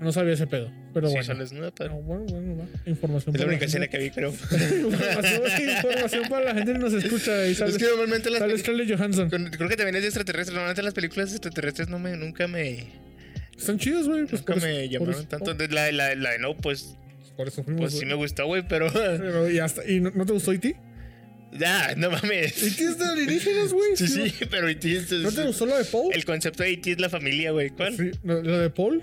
Speaker 1: No sabía ese pedo. Pero
Speaker 2: sí,
Speaker 1: bueno.
Speaker 2: sale desnuda, pero.
Speaker 1: No, bueno, bueno, va. Información
Speaker 2: Es la
Speaker 1: para
Speaker 2: única escena
Speaker 1: gente.
Speaker 2: que vi, creo.
Speaker 1: información, información para la gente que nos escucha. Y sale,
Speaker 2: Es que normalmente las.
Speaker 1: sale
Speaker 2: peli-
Speaker 1: Scarlett Johansson.
Speaker 2: con- Creo que también es de extraterrestres. Normalmente las películas extraterrestres no me, nunca me,
Speaker 1: Están chidos, güey. Pues
Speaker 2: nunca
Speaker 1: por eso-
Speaker 2: me
Speaker 1: por
Speaker 2: llamaron
Speaker 1: eso-
Speaker 2: tanto. De La, la, la de No, pues,
Speaker 1: Por eso fuimos.
Speaker 2: pues sí me gustó, güey, pero.
Speaker 1: Pero, ¿y, hasta, ¿Y no, no te gustó E E.T.?
Speaker 2: Ya, no mames.
Speaker 1: E.T. es de alienígenas, güey.
Speaker 2: Sí, sí, pero IT es-
Speaker 1: ¿No te gustó la de Paul?
Speaker 2: El concepto de IT es la familia, güey. ¿Cuál?
Speaker 1: Sí, no, la de Paul.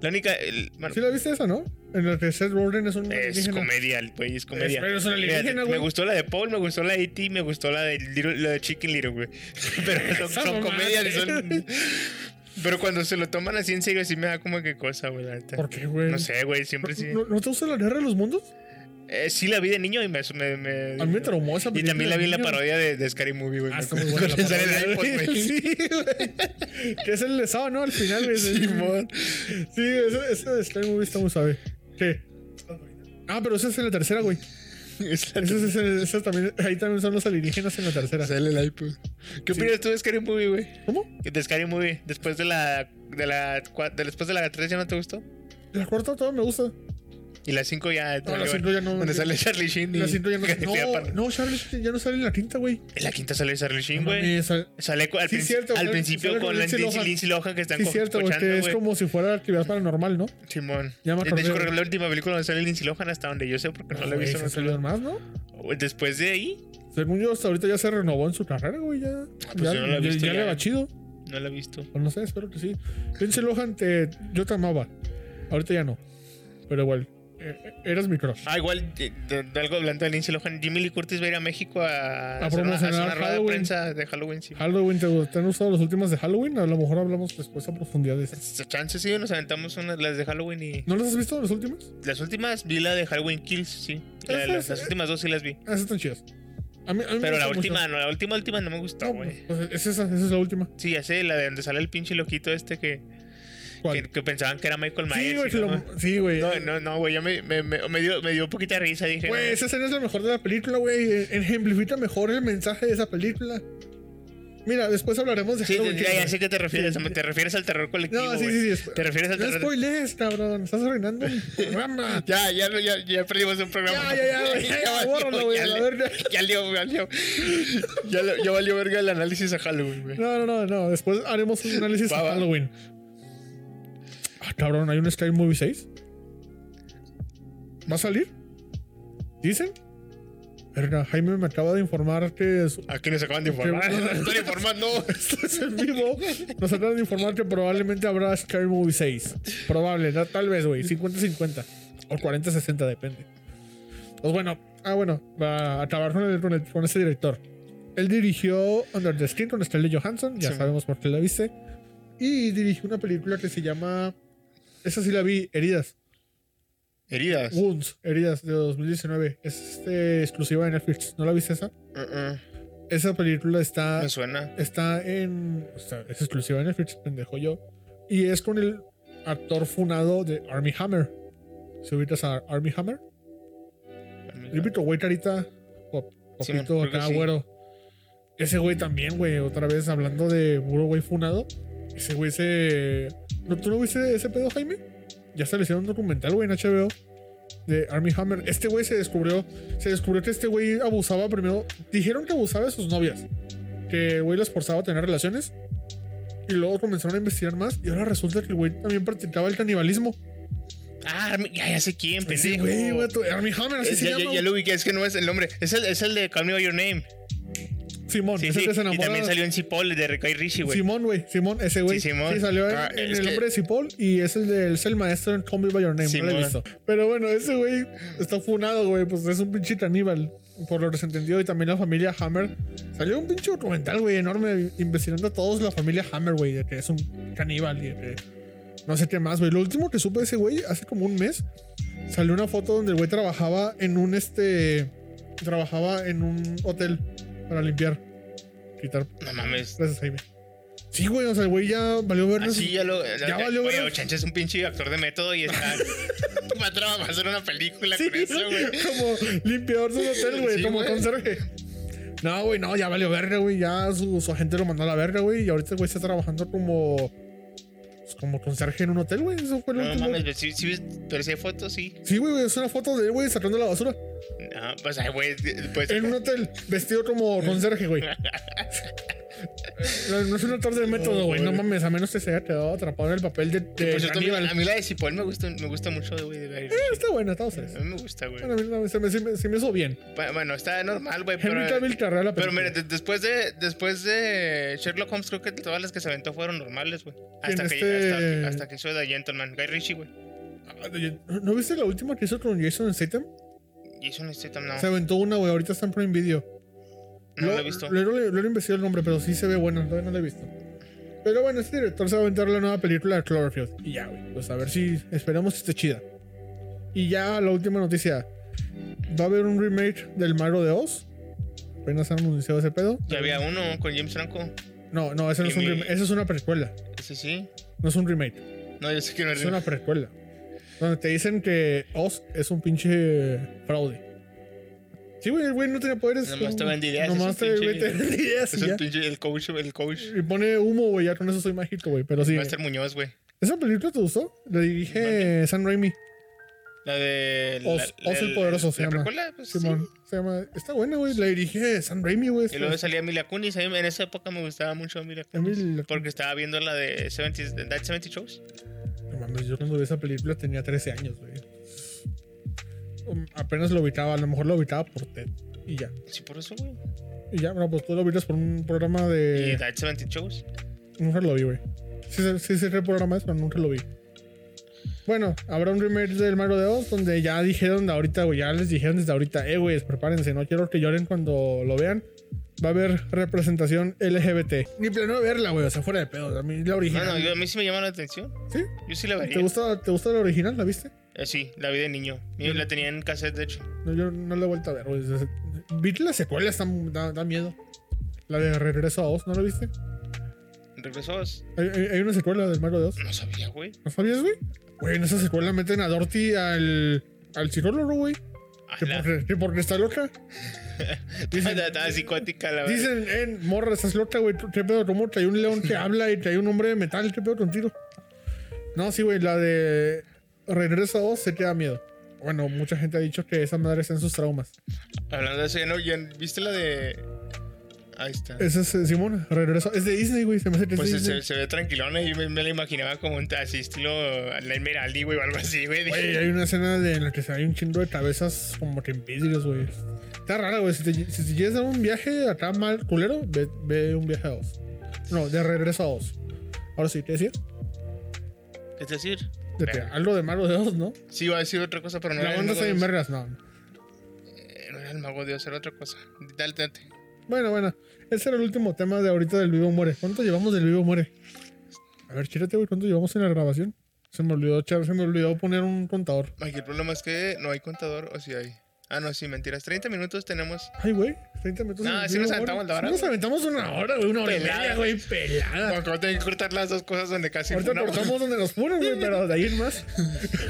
Speaker 2: La única. el- bueno,
Speaker 1: ¿Sí la viste esa, no? En la que Seth Rogen es un
Speaker 2: es
Speaker 1: alienígena.
Speaker 2: comedia, el güey, es comedia.
Speaker 1: pero es una
Speaker 2: Mira,
Speaker 1: alienígena,
Speaker 2: me
Speaker 1: güey.
Speaker 2: gustó la de Paul, me gustó la de E.T., me gustó la de, Little- la de Chicken Little, güey. Pero son,
Speaker 1: Esa
Speaker 2: son
Speaker 1: mamada,
Speaker 2: comedias y
Speaker 1: güey.
Speaker 2: son. Pero cuando se lo toman así en serio, sí me da como que cosa, güey. la neta.
Speaker 1: ¿Por qué, güey?
Speaker 2: No sé, güey, siempre sí.
Speaker 1: ¿No, no te gusta la guerra de los mundos?
Speaker 2: Eh, sí la vi de niño y me. me, me-
Speaker 1: A mí me traumó esa
Speaker 2: y
Speaker 1: película.
Speaker 2: también la vi en la
Speaker 1: niño.
Speaker 2: parodia de, de Scary Movie, güey.
Speaker 1: Ah,
Speaker 2: me
Speaker 1: está muy
Speaker 2: acuerdo.
Speaker 1: buena la
Speaker 2: Sale el
Speaker 1: parodia,
Speaker 2: iPod,
Speaker 1: güey.
Speaker 2: güey.
Speaker 1: Sí, güey. Que es el de Saw, ¿no? Al final, güey.
Speaker 2: Simón.
Speaker 1: Sí, ese, ese de Scary Movie está muy suave. ¿Qué? Ah, pero esa es en la tercera, güey.
Speaker 2: Es la-
Speaker 1: Esa es, esa también, ahí también son los alienígenas en la tercera.
Speaker 2: Sale el iPod. ¿Qué
Speaker 1: Sí.
Speaker 2: opinas tú de Scary Movie, güey?
Speaker 1: ¿Cómo?
Speaker 2: De Scary Movie, después de la. De la cua- de- después de la 3 ya no te gustó.
Speaker 1: La cuarta todavía me gusta.
Speaker 2: Y la 5 ya.
Speaker 1: No, la
Speaker 2: valió,
Speaker 1: cinco ya no.
Speaker 2: Donde sale Charlie Sheen. y-
Speaker 1: La cinco ya no.
Speaker 2: que le
Speaker 1: No,
Speaker 2: apan-
Speaker 1: no, Charlie ya no sale en la quinta, güey.
Speaker 2: En la quinta sale Charlie Sheen,
Speaker 1: No
Speaker 2: güey.
Speaker 1: mames, sale-
Speaker 2: Sale cu- al,
Speaker 1: Sí,
Speaker 2: prin-
Speaker 1: cierto,
Speaker 2: al
Speaker 1: güey, sale
Speaker 2: principio
Speaker 1: con
Speaker 2: con Lindsay,
Speaker 1: Lindsay Lohan.
Speaker 2: Lindsay Lohan que están
Speaker 1: Sí,
Speaker 2: co-
Speaker 1: cierto, güey.
Speaker 2: cochando,
Speaker 1: que Es
Speaker 2: güey.
Speaker 1: como si fuera actividad paranormal, ¿no?
Speaker 2: Simón.
Speaker 1: Ya me
Speaker 2: de hecho,
Speaker 1: acordé,
Speaker 2: creo que
Speaker 1: güey.
Speaker 2: la última película donde sale Lindsay Lohan, hasta donde yo sé, porque no, la he
Speaker 1: Güey,
Speaker 2: visto.
Speaker 1: se
Speaker 2: no
Speaker 1: salieron más, ¿no?
Speaker 2: sé. Después de ahí,
Speaker 1: Según yo, hasta ahorita ya se renovó en su carrera, güey. Ya,
Speaker 2: pues
Speaker 1: ya,
Speaker 2: yo no la he
Speaker 1: ya-
Speaker 2: visto,
Speaker 1: ya
Speaker 2: ya.
Speaker 1: le va chido.
Speaker 2: no la he visto.
Speaker 1: O no sé, espero que sí. Lindsay Lohan, te, yo te amaba. Ahorita ya no. Pero igual, eh, eh, eras mi crush.
Speaker 2: Ah, igual, de, de- de algo hablando de Lindsay Lohan, Jimmy Lee Curtis va a ir a México a,
Speaker 1: A
Speaker 2: hacer una- hacer
Speaker 1: promocionar
Speaker 2: una rueda de
Speaker 1: Halloween.
Speaker 2: prensa de Halloween. Sí.
Speaker 1: Halloween, ¿te, te han gustado las últimas de Halloween? A lo mejor hablamos después a profundidad de esto.
Speaker 2: Chances sí, nos aventamos unas, las de Halloween y.
Speaker 1: ¿No las has visto las últimas?
Speaker 2: Las últimas vi la de Halloween Kills, sí. La-
Speaker 1: Esas,
Speaker 2: las, las
Speaker 1: eh.
Speaker 2: últimas dos sí las vi.
Speaker 1: Ah, esas están chidas. A mí, a mí me
Speaker 2: Pero la
Speaker 1: gustan
Speaker 2: última, no, la última, última no me gustó,
Speaker 1: mucho. No,
Speaker 2: güey.
Speaker 1: pues, es esa, esa es la última.
Speaker 2: Sí, ya sé, la de donde sale el pinche loquito este que,
Speaker 1: ¿Cuál?
Speaker 2: que, que pensaban que era Michael
Speaker 1: sí,
Speaker 2: Myers.
Speaker 1: güey.
Speaker 2: y
Speaker 1: lo-
Speaker 2: no,
Speaker 1: Sí, güey.
Speaker 2: no, no, no, güey, ya me, me, me, me dio, me dio poquita risa, dije.
Speaker 1: Güey,
Speaker 2: no,
Speaker 1: Pues, esa escena es la mejor de la película, güey. Eh, Ejemplifica mejor el mensaje de esa película. Mira, después hablaremos de
Speaker 2: sí,
Speaker 1: Halloween,
Speaker 2: ya, ya
Speaker 1: güey.
Speaker 2: sé que te refieres,
Speaker 1: Sí.
Speaker 2: te refieres al terror colectivo.
Speaker 1: No, sí,
Speaker 2: güey.
Speaker 1: sí, sí. es-
Speaker 2: Te refieres al
Speaker 1: No
Speaker 2: terror.
Speaker 1: spoilees, cabrón. Estás arruinando mi programa.
Speaker 2: Ya, ya, ya, ya perdimos un
Speaker 1: Ya,
Speaker 2: programa.
Speaker 1: ya, ya, güey. Ya,
Speaker 2: valió,
Speaker 1: bórralo, güey, a la
Speaker 2: le-
Speaker 1: verga.
Speaker 2: Ya lió, valió. Ya, lo- ya valió verga el análisis a Halloween, güey.
Speaker 1: No, no, no, no. Después haremos un análisis de
Speaker 2: Va, va.
Speaker 1: Halloween. Ah, cabrón, ¿hay un Sky Movie 6? ¿Va a salir? ¿Dicen? Verga, Jaime me acaba de informar que es-
Speaker 2: Aquí nos acaban de informar.
Speaker 1: bueno.
Speaker 2: Nos Están informando.
Speaker 1: esto es en vivo. Nos acaban de informar que probablemente habrá Sky Movie 6. Probable, ta- tal vez, güey. 50-50. O 40-60, depende. Pues bueno, ah, bueno, va a acabar con, el- con el- con ese director. Él dirigió Under the Skin con Scarlett Johansson, ya
Speaker 2: Sí.
Speaker 1: sabemos por qué la viste. Y dirigió una película que se llama. Esa sí la vi, Heridas.
Speaker 2: Heridas.
Speaker 1: Wounds, Heridas de 2019. Es este, exclusiva de Netflix. ¿No la viste esa?
Speaker 2: Uh-uh.
Speaker 1: Esa película está
Speaker 2: Me suena.
Speaker 1: está en. o sea, es exclusiva de Netflix, pendejo yo. Y es con el actor funado de Army Hammer. Si ubicas a Army Hammer, típico güey carita, pop-
Speaker 2: Sí, man,
Speaker 1: popito
Speaker 2: creo que
Speaker 1: acá,
Speaker 2: sí.
Speaker 1: güero. Ese güey también, güey, otra vez hablando de puro güey funado. Ese güey se. ¿No, ¿Tú no viste ese pedo, Jaime? Ya se le hicieron un documental, güey, en HBO de Army Hammer. Este güey se descubrió. Se descubrió que este güey abusaba primero. Dijeron que abusaba de sus novias. Que el güey las forzaba a tener relaciones. Y luego comenzaron a investigar más. Y ahora resulta que el güey también practicaba el canibalismo.
Speaker 2: Ah, Armie- ya, ya sé quién,
Speaker 1: Sí,
Speaker 2: pendejo.
Speaker 1: güey, vato. Armie Hammer, así
Speaker 2: Es-
Speaker 1: se
Speaker 2: Eh, ya, ya-
Speaker 1: llama.
Speaker 2: ya lo ubiqué, es que no es el nombre. Es el, es el de Call Me By Your Name.
Speaker 1: Simón,
Speaker 2: Sí,
Speaker 1: es el
Speaker 2: sí.
Speaker 1: que se
Speaker 2: Y
Speaker 1: enamora.
Speaker 2: también salió en Cipoll de Ricky Richie, güey.
Speaker 1: Simón, güey. Simón, ese güey.
Speaker 2: Sí, Simón.
Speaker 1: salió en,
Speaker 2: Ah,
Speaker 1: en
Speaker 2: es
Speaker 1: El
Speaker 2: que-
Speaker 1: Hombre de Cipoll y es el, de, es el maestro en Call Me By Your Name. No lo he
Speaker 2: Simón.
Speaker 1: visto. Pero bueno, ese güey está funado, güey. Pues es un pinche caníbal, por lo desentendido. Y también la familia Hammer. Salió un pinche documental, güey, enorme, investigando a todos la familia Hammer, güey, de que es un caníbal y de que no sé qué más, güey. Lo último que supe de ese güey, hace como un mes, salió una foto donde el güey trabajaba en un este. Trabajaba en un hotel para limpiar, quitar
Speaker 2: No mames.
Speaker 1: Gracias, Jaime. Sí, güey, o sea, el güey ya valió vernos.
Speaker 2: Así ya lo. Ya,
Speaker 1: valió,
Speaker 2: güey,
Speaker 1: güey.
Speaker 2: Ochancha es un pinche actor de método y está. va a trabajar en una película
Speaker 1: Sí,
Speaker 2: con eso, güey.
Speaker 1: como limpiador de un hotel, güey,
Speaker 2: Sí,
Speaker 1: como
Speaker 2: güey.
Speaker 1: conserje. No, güey, no, ya valió verga, güey. Ya su, su agente lo mandó a la verga, güey. Y ahorita el güey está trabajando como. pues, como conserje en un hotel, güey. Eso fue lo
Speaker 2: No
Speaker 1: último.
Speaker 2: mames, pero sí, sí, ves- pero sí hay fotos, sí.
Speaker 1: Sí, güey, es una foto de él, güey, sacando la basura.
Speaker 2: No, pues, ay, güey, pues.
Speaker 1: En un hotel, vestido como conserje, güey. No, no es un actor de método, güey. No mames, a menos que se haya quedado atrapado en el papel de. de
Speaker 2: por cierto, a mí,
Speaker 1: caníbal.
Speaker 2: a mí la de Cipoll me gusta, me gusta mucho, güey. de ver.
Speaker 1: Está buena, está ustedes.
Speaker 2: A mí me gusta, güey.
Speaker 1: Bueno, a mí no, se me, se me- se me hizo bien.
Speaker 2: Bu- Bueno, está normal, güey,
Speaker 1: Henry
Speaker 2: pero. eh,
Speaker 1: Cavill carrea la
Speaker 2: Pero
Speaker 1: película.
Speaker 2: mira, de- después de, después de Sherlock Holmes, creo que todas las que se aventó fueron normales, güey. Hasta,
Speaker 1: En
Speaker 2: que-
Speaker 1: este-
Speaker 2: hasta, hasta que hizo The Gentleman. Guy Ritchie, güey.
Speaker 1: ¿No- Ah, ¿No viste la última que hizo con Jason Statham?
Speaker 2: Jason Statham, este, no.
Speaker 1: Se aventó una, güey. Ahorita está en Prime Video.
Speaker 2: Ah. No lo he visto.
Speaker 1: Luego le luego le investigué el nombre, pero sí se ve buena. Todavía no la he visto. Pero bueno, este director se va a aventar la nueva película de Cloverfield. Y ya, güey. Pues a ver si esperamos que esté chida. Y ya la última noticia. Va a haber un remake del Mago de Oz. Apenas han anunciado ese pedo.
Speaker 2: Ya había uno con James Franco.
Speaker 1: No, no, ese no es un
Speaker 2: Y mi-
Speaker 1: remake. Esa es una precuela.
Speaker 2: Sí, sí.
Speaker 1: No es un remake.
Speaker 2: No, yo sé que no
Speaker 1: Es una precuela. Donde te dicen que Oz es un pinche fraude. Sí, güey, el güey no tenía poderes.
Speaker 2: Nomás te vende ideas,
Speaker 1: Nomás
Speaker 2: es
Speaker 1: te
Speaker 2: un pinche-
Speaker 1: vende ideas
Speaker 2: Es
Speaker 1: y
Speaker 2: el
Speaker 1: ya.
Speaker 2: pinche, el coach, el coach.
Speaker 1: Y pone humo, güey, ya con eso soy mágico, güey. Pero sí.
Speaker 2: Master Muñoz, güey.
Speaker 1: ¿Esa película te gustó? La dirige San Raimi.
Speaker 2: La de. la-
Speaker 1: Oz-
Speaker 2: la-
Speaker 1: Oz el Poderoso se
Speaker 2: la
Speaker 1: llama.
Speaker 2: precuela, pues, sí.
Speaker 1: Simón. Se llama. Está buena, güey. La dirige San Raimi, güey.
Speaker 2: Y luego salía Mila Kunis. A mí en esa época me gustaba mucho Mila Kunis.
Speaker 1: Emil-
Speaker 2: Porque estaba viendo la de 70, That 70 Shows.
Speaker 1: No mames, yo cuando vi esa película tenía 13 años, güey. Um, Apenas lo ubicaba, a lo mejor lo ubicaba por TED. Y ya.
Speaker 2: Sí, por eso, güey.
Speaker 1: Y ya, no, pues tú lo ubicas por un programa de.
Speaker 2: Y That 70 Shows.
Speaker 1: Nunca lo vi, güey. Sí, sé- sí sé qué programa es, pero nunca lo vi. Bueno, habrá un remake del Mario de Oz donde ya dijeron de ahorita, güey. Ya les dijeron desde ahorita, eh, güey, prepárense, no quiero que lloren cuando lo vean. Va a haber representación LGBT. Ni planeo verla, güey, o sea, fuera de pedo. A mí la
Speaker 2: No,
Speaker 1: original.
Speaker 2: no, yo, a mí sí me llama la atención.
Speaker 1: ¿Sí?
Speaker 2: Yo sí la
Speaker 1: ¿Te
Speaker 2: vería.
Speaker 1: gusta, ¿Te gusta la original? ¿La viste?
Speaker 2: Eh, sí, la vi de niño. Yo la tenía en cassette, de hecho.
Speaker 1: No, yo no la he vuelto a ver, güey. Desde- Vi que la secuela, está, da, da miedo. La de Regreso a Oz, ¿no la viste?
Speaker 2: Regresos.
Speaker 1: Hay, hay- hay una secuela del Mario de Oz.
Speaker 2: No sabía, güey.
Speaker 1: ¿No sabías, güey? Güey, en esa secuela meten a Dorothy al, al psicólogo, güey. Que
Speaker 2: Ala.
Speaker 1: porque, que porque está loca. Dicen,
Speaker 2: Estaba psicótica, la verdad.
Speaker 1: dicen, eh, morra, estás loca, güey. ¿Qué pedo? ¿Cómo que hay un león que habla y que hay un hombre de metal? ¿Qué pedo contigo? No, sí, güey, la de Regreso a Oz se te da miedo. Bueno, mucha gente ha dicho que esa madre está en sus traumas.
Speaker 2: Hablando de eso, ya no, ya, ¿viste la de...? Ahí está.
Speaker 1: Esa es eh, Simona, Regreso. Es de Disney, güey. Se me hace que es
Speaker 2: Pues
Speaker 1: de
Speaker 2: se- se,
Speaker 1: Disney.
Speaker 2: se ve tranquilona y yo me, me la imaginaba como un así estilo Nightmare Alley, güey, o algo así, güey.
Speaker 1: Güey, hay una escena de, en la que se hay un chingo de cabezas como que en vidrios, güey. Está rara, güey. Si te, si te quieres dar un viaje acá mal culero, ve, ve un viaje a Oz. No, de regreso a Oz. Ahora sí, ¿qué decía?
Speaker 2: Es decir,
Speaker 1: De que algo de malo de Oz, ¿no?
Speaker 2: sí, iba a decir otra cosa, pero no
Speaker 1: la
Speaker 2: era el
Speaker 1: banda
Speaker 2: mago
Speaker 1: está
Speaker 2: de
Speaker 1: bien
Speaker 2: Oz.
Speaker 1: vergas, no.
Speaker 2: Eh, No era el mago de Dios, era otra cosa. Dale, date.
Speaker 1: Bueno, bueno. Ese era el último tema de ahorita del Vivo Muere. ¿Cuánto llevamos del Vivo Muere? A ver, chírate, güey. ¿Cuánto llevamos en la grabación? Se me olvidó, echar- se me olvidó poner un contador.
Speaker 2: Ay, el problema es que no hay contador, o si hay. Ah, no, sí, mentiras. 30 minutos tenemos...
Speaker 1: Ay, güey. 30 minutos.
Speaker 2: No,
Speaker 1: en el
Speaker 2: sí nos
Speaker 1: Vivo
Speaker 2: aventamos
Speaker 1: Muere.
Speaker 2: la hora,
Speaker 1: Sí nos aventamos una hora, güey. Una hora y
Speaker 2: Pelada,
Speaker 1: media, güey. Pelada.
Speaker 2: Acabo de cortar las dos cosas donde casi...
Speaker 1: Ahorita
Speaker 2: no-
Speaker 1: cortamos donde nos funan, güey, pero de ahí en más.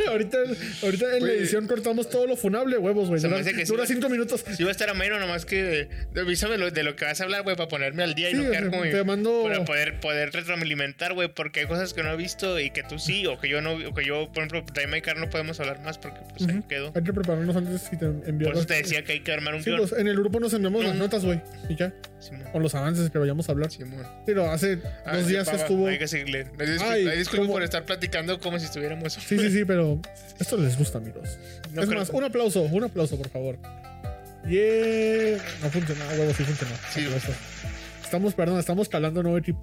Speaker 1: ahorita, ahorita en la
Speaker 2: Güey.
Speaker 1: edición cortamos todo lo funable, huevos, güey.
Speaker 2: Se me
Speaker 1: Dura,
Speaker 2: hace que sí,
Speaker 1: dura
Speaker 2: güey.
Speaker 1: cinco minutos.
Speaker 2: Sí, va a estar ameno, nomás que eh, avísame lo- de lo que vas a hablar, güey, para ponerme al día y
Speaker 1: Sí,
Speaker 2: no
Speaker 1: o
Speaker 2: quedar
Speaker 1: sea,
Speaker 2: como.
Speaker 1: te mando-
Speaker 2: Para poder, poder retroalimentar, güey, porque hay cosas que no he visto y que tú sí, o que yo no. O que yo, por ejemplo, Time y Car no podemos hablar más porque pues ahí quedó.
Speaker 1: Hay que prepararnos antes y te enviar
Speaker 2: Por eso
Speaker 1: las...
Speaker 2: te decía que hay que armar un
Speaker 1: Sí,
Speaker 2: guión.
Speaker 1: pues, en el grupo nos enviamos las
Speaker 2: Mm.
Speaker 1: notas, güey. Y ya.
Speaker 2: Simón.
Speaker 1: O los avances que vayamos a hablar.
Speaker 2: Simón.
Speaker 1: Pero hace
Speaker 2: Ah,
Speaker 1: dos
Speaker 2: sí,
Speaker 1: días
Speaker 2: pava,
Speaker 1: estuvo.
Speaker 2: Hay que seguirle. Me disculpo,
Speaker 1: Ay,
Speaker 2: me disculpo
Speaker 1: ¿cómo?
Speaker 2: por estar platicando como si estuviéramos.
Speaker 1: Sí, sí, sí, pero. Esto les gusta, amigos.
Speaker 2: No
Speaker 1: es
Speaker 2: creo-
Speaker 1: más, un aplauso, un aplauso, por favor. Yeah. No funcionó, ah, huevo, sí funcionó.
Speaker 2: Sí.
Speaker 1: Aplausos. Estamos, perdón, estamos calando un nuevo equipo.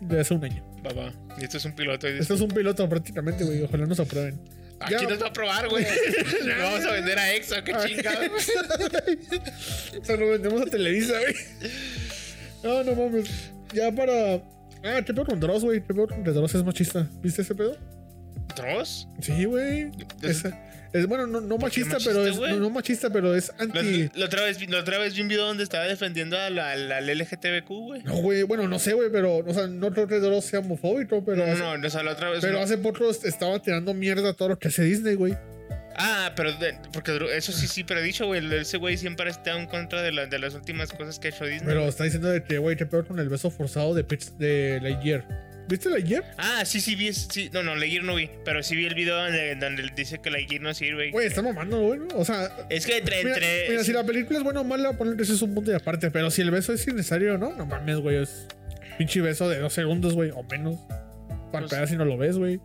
Speaker 1: De hace un año.
Speaker 2: Papá, y esto es un piloto. y-
Speaker 1: Esto es un piloto prácticamente, güey. Ojalá nos aprueben.
Speaker 2: Aquí
Speaker 1: ya-
Speaker 2: nos va a probar, güey. Le vamos a vender a Exo, qué chingada.
Speaker 1: Se lo vendemos a Televisa, güey. No, no mames. Ya para. Ah, ¿qué pedo con Dross, güey? ¿Qué pedo con que Dross es machista? ¿Viste ese pedo?
Speaker 2: ¿Dross?
Speaker 1: Sí, güey.
Speaker 2: Es-
Speaker 1: Esa- Es, bueno, no, no
Speaker 2: ¿Por qué
Speaker 1: machista,
Speaker 2: machista,
Speaker 1: pero es.
Speaker 2: güey?
Speaker 1: No, no machista, pero es
Speaker 2: La,
Speaker 1: anti.
Speaker 2: la otra vez, vi- la otra vez vi un video donde estaba defendiendo a la- al, al LGTBQ, güey.
Speaker 1: No, güey. Bueno, no sé, güey, pero. O sea, no creo que Dross sea homofóbico, pero.
Speaker 2: No,
Speaker 1: hace-
Speaker 2: no, no, o sea, la otra vez.
Speaker 1: Pero
Speaker 2: no.
Speaker 1: hace poco estaba tirando mierda a todo lo que hace Disney, güey.
Speaker 2: Ah, pero de- porque Dro- eso sí, sí, pero he dicho, güey. Ese güey siempre está en contra de, la- de las últimas cosas que ha hecho Disney.
Speaker 1: Pero está diciendo de que, güey, qué peor con el beso forzado de Pitch de Lightyear. ¿Viste Lightyear?
Speaker 2: Ah, sí, sí, vi. es- Sí, no, no, Leguir no vi. Pero sí vi el video donde, donde dice que Leguir no sirve.
Speaker 1: Güey, está mamando, güey. ¿no? O sea,
Speaker 2: Es que entre.
Speaker 1: Mira,
Speaker 2: entre
Speaker 1: mira, si la película es buena o mala, poner que ese es un punto de aparte. Pero si el beso es innecesario no, no mames, güey. Es pinche beso de dos segundos, güey, o menos. Para
Speaker 2: Pues-
Speaker 1: si no lo ves, güey.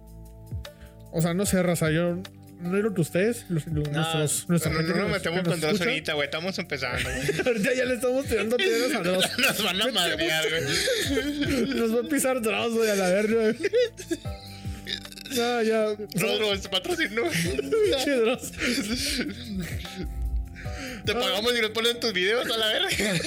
Speaker 1: O sea, no sé, raza. Yo no digo que ustedes, los, los-
Speaker 2: No,
Speaker 1: nuestros, nuestra
Speaker 2: no, no,
Speaker 1: gente
Speaker 2: no
Speaker 1: que
Speaker 2: nos metemos
Speaker 1: que
Speaker 2: con Dross
Speaker 1: escucha.
Speaker 2: ahorita, güey. Estamos empezando, güey.
Speaker 1: Ahorita ya le estamos tirando piedras a Dross.
Speaker 2: Nos van a madrear, güey.
Speaker 1: Nos va a pisar Dross, güey, a la verga, güey. No, ya.
Speaker 2: Dross, patrocinó.
Speaker 1: Pinche Dross.
Speaker 2: Te pagamos y nos ponen tus videos a la verga.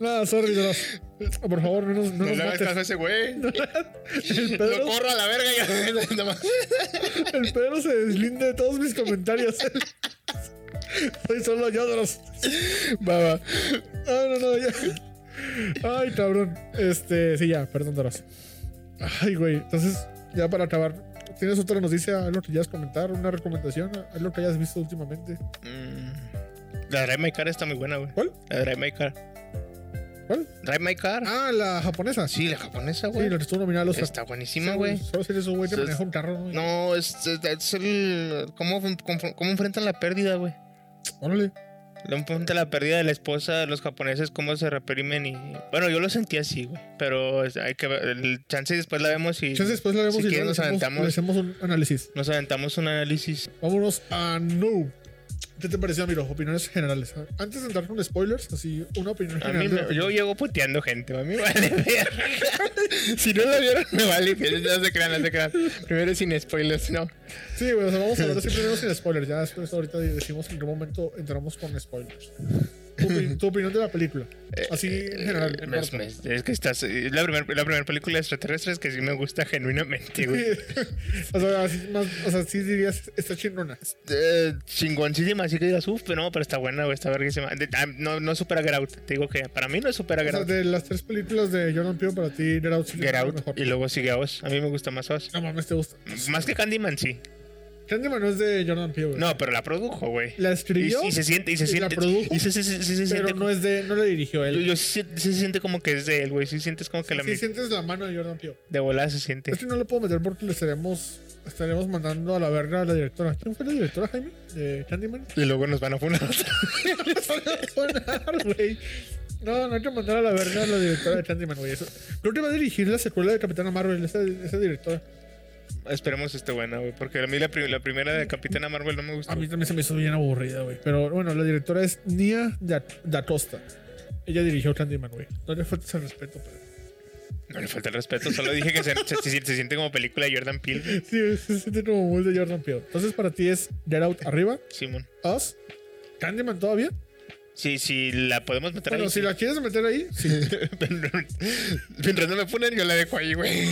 Speaker 1: No, sorry, Dross. Por favor, no nos, no
Speaker 2: No
Speaker 1: nos
Speaker 2: le hagas
Speaker 1: mates.
Speaker 2: caso a ese güey.
Speaker 1: El Pedro-
Speaker 2: Lo corro a la verga y nada más.
Speaker 1: El Pedro se deslinda de todos mis comentarios. Soy solo yo de los.
Speaker 2: Baba.
Speaker 1: Ah, no, no, ya. Ay, cabrón. Este, sí, ya, perdón, Doros. Ay, güey. Entonces, ya para acabar, ¿tienes otra noticia? ¿Algo que quieras comentar? ¿Una recomendación? ¿Algo que hayas visto últimamente?
Speaker 2: Mm. La Drive My Car está muy buena, güey.
Speaker 1: ¿Cuál?
Speaker 2: La Drive My Car.
Speaker 1: ¿Cuál?
Speaker 2: Drive My Car.
Speaker 1: Ah, la japonesa.
Speaker 2: Sí, la japonesa,
Speaker 1: Sí,
Speaker 2: Ah, güey.
Speaker 1: la que estuvo nominada a los.
Speaker 2: está buenísima, güey.
Speaker 1: Solo si eres un güey que
Speaker 2: Es-
Speaker 1: maneja un carro, ¿no?
Speaker 2: No, es, es- es el. ¿Cómo, cómo- cómo enfrentan la pérdida, güey?
Speaker 1: Órale.
Speaker 2: Lo enfrentan la pérdida de la esposa de los japoneses, cómo se reprimen y. Bueno, yo lo sentí así, güey. Pero es- hay que ver. El chance y después la vemos y.
Speaker 1: Entonces, después la vemos
Speaker 2: Si
Speaker 1: y
Speaker 2: quieren,
Speaker 1: luego pues,
Speaker 2: nos
Speaker 1: le hacemos-
Speaker 2: aventamos.
Speaker 1: le hacemos un análisis.
Speaker 2: Nos aventamos un análisis.
Speaker 1: Vámonos a No. ¿Qué te pareció, Miro? Opiniones generales. Antes de entrar con spoilers, así, una opinión
Speaker 2: A
Speaker 1: general.
Speaker 2: mí
Speaker 1: de-
Speaker 2: me- yo llego puteando gente, a mí me vale verga. Si no la vieron, me vale verga. No se crean, no se crean. Primero sin spoilers, no.
Speaker 1: Sí, güey, o sea, vamos a hablar siempre primero sin spoilers. Ya después ahorita decimos en qué momento entramos con spoilers. Tu, opi- tu opinión de la película.
Speaker 2: Eh,
Speaker 1: Así, en general. en
Speaker 2: Me-
Speaker 1: corto.
Speaker 2: me- es que estás. Es la primera la primer película de extraterrestres que sí me gusta genuinamente, güey.
Speaker 1: o, sea, así más, o sea, sí dirías, está chingona.
Speaker 2: Eh, chingoncísima, así que digas, uff, pero no, pero está buena, güey, está verguísima. De- ah, No, no supera Grout, te digo que para mí no supera
Speaker 1: O sea,
Speaker 2: Grout.
Speaker 1: de las tres películas de Jordan Peele, para ti, Get Out sí que es
Speaker 2: Get
Speaker 1: la
Speaker 2: Out,
Speaker 1: mejor.
Speaker 2: y luego sigue Oz. A mí me gusta más Oz.
Speaker 1: No mames, te gusta.
Speaker 2: Más que Candyman, sí.
Speaker 1: Candyman no es de Jordan Peele, güey.
Speaker 2: No, pero la produjo, güey.
Speaker 1: La
Speaker 2: Y,
Speaker 1: escribió,
Speaker 2: y se siente, y se
Speaker 1: y la
Speaker 2: siente.
Speaker 1: produjo,
Speaker 2: y se, se- se- se- se
Speaker 1: pero
Speaker 2: siente
Speaker 1: no es de, no la dirigió él.
Speaker 2: Yo, yo sí, sí se siente como que es de él, güey. Sí sientes como que la
Speaker 1: Si
Speaker 2: mi-
Speaker 1: sientes la mano de Jordan Peele.
Speaker 2: de volada se siente.
Speaker 1: Es que no lo puedo meter porque le estaremos, estaremos mandando a la verga a la directora. ¿Quién fue la directora, Jaime? De Candyman.
Speaker 2: Y luego nos van a funar.
Speaker 1: Sonar, güey. No, no hay que mandar a la verga a la directora de Candyman, güey. Eso- Creo que va a dirigir la secuela de Capitana Marvel, esa, esa directora.
Speaker 2: Esperemos esté buena, güey. Porque a mí la, pri- la primera de Capitana Marvel no me gustó.
Speaker 1: A mí también se me hizo bien aburrida, güey. Pero bueno, la directora es Nia Da, da Costa. Ella dirigió Candyman, güey. No le faltes el respeto, pero.
Speaker 2: No le falta el respeto. Solo dije que se, se- se- se siente como película de Jordan Peele. güey.
Speaker 1: Sí, se siente como muy de Jordan Peele. Entonces, para ti es Get Out arriba,
Speaker 2: Simón.
Speaker 1: Us, Candyman todavía.
Speaker 2: Sí, sí, la podemos meter
Speaker 1: Bueno,
Speaker 2: ahí.
Speaker 1: si la quieres meter ahí, sí.
Speaker 2: Mientras no me funen, yo la dejo ahí, güey.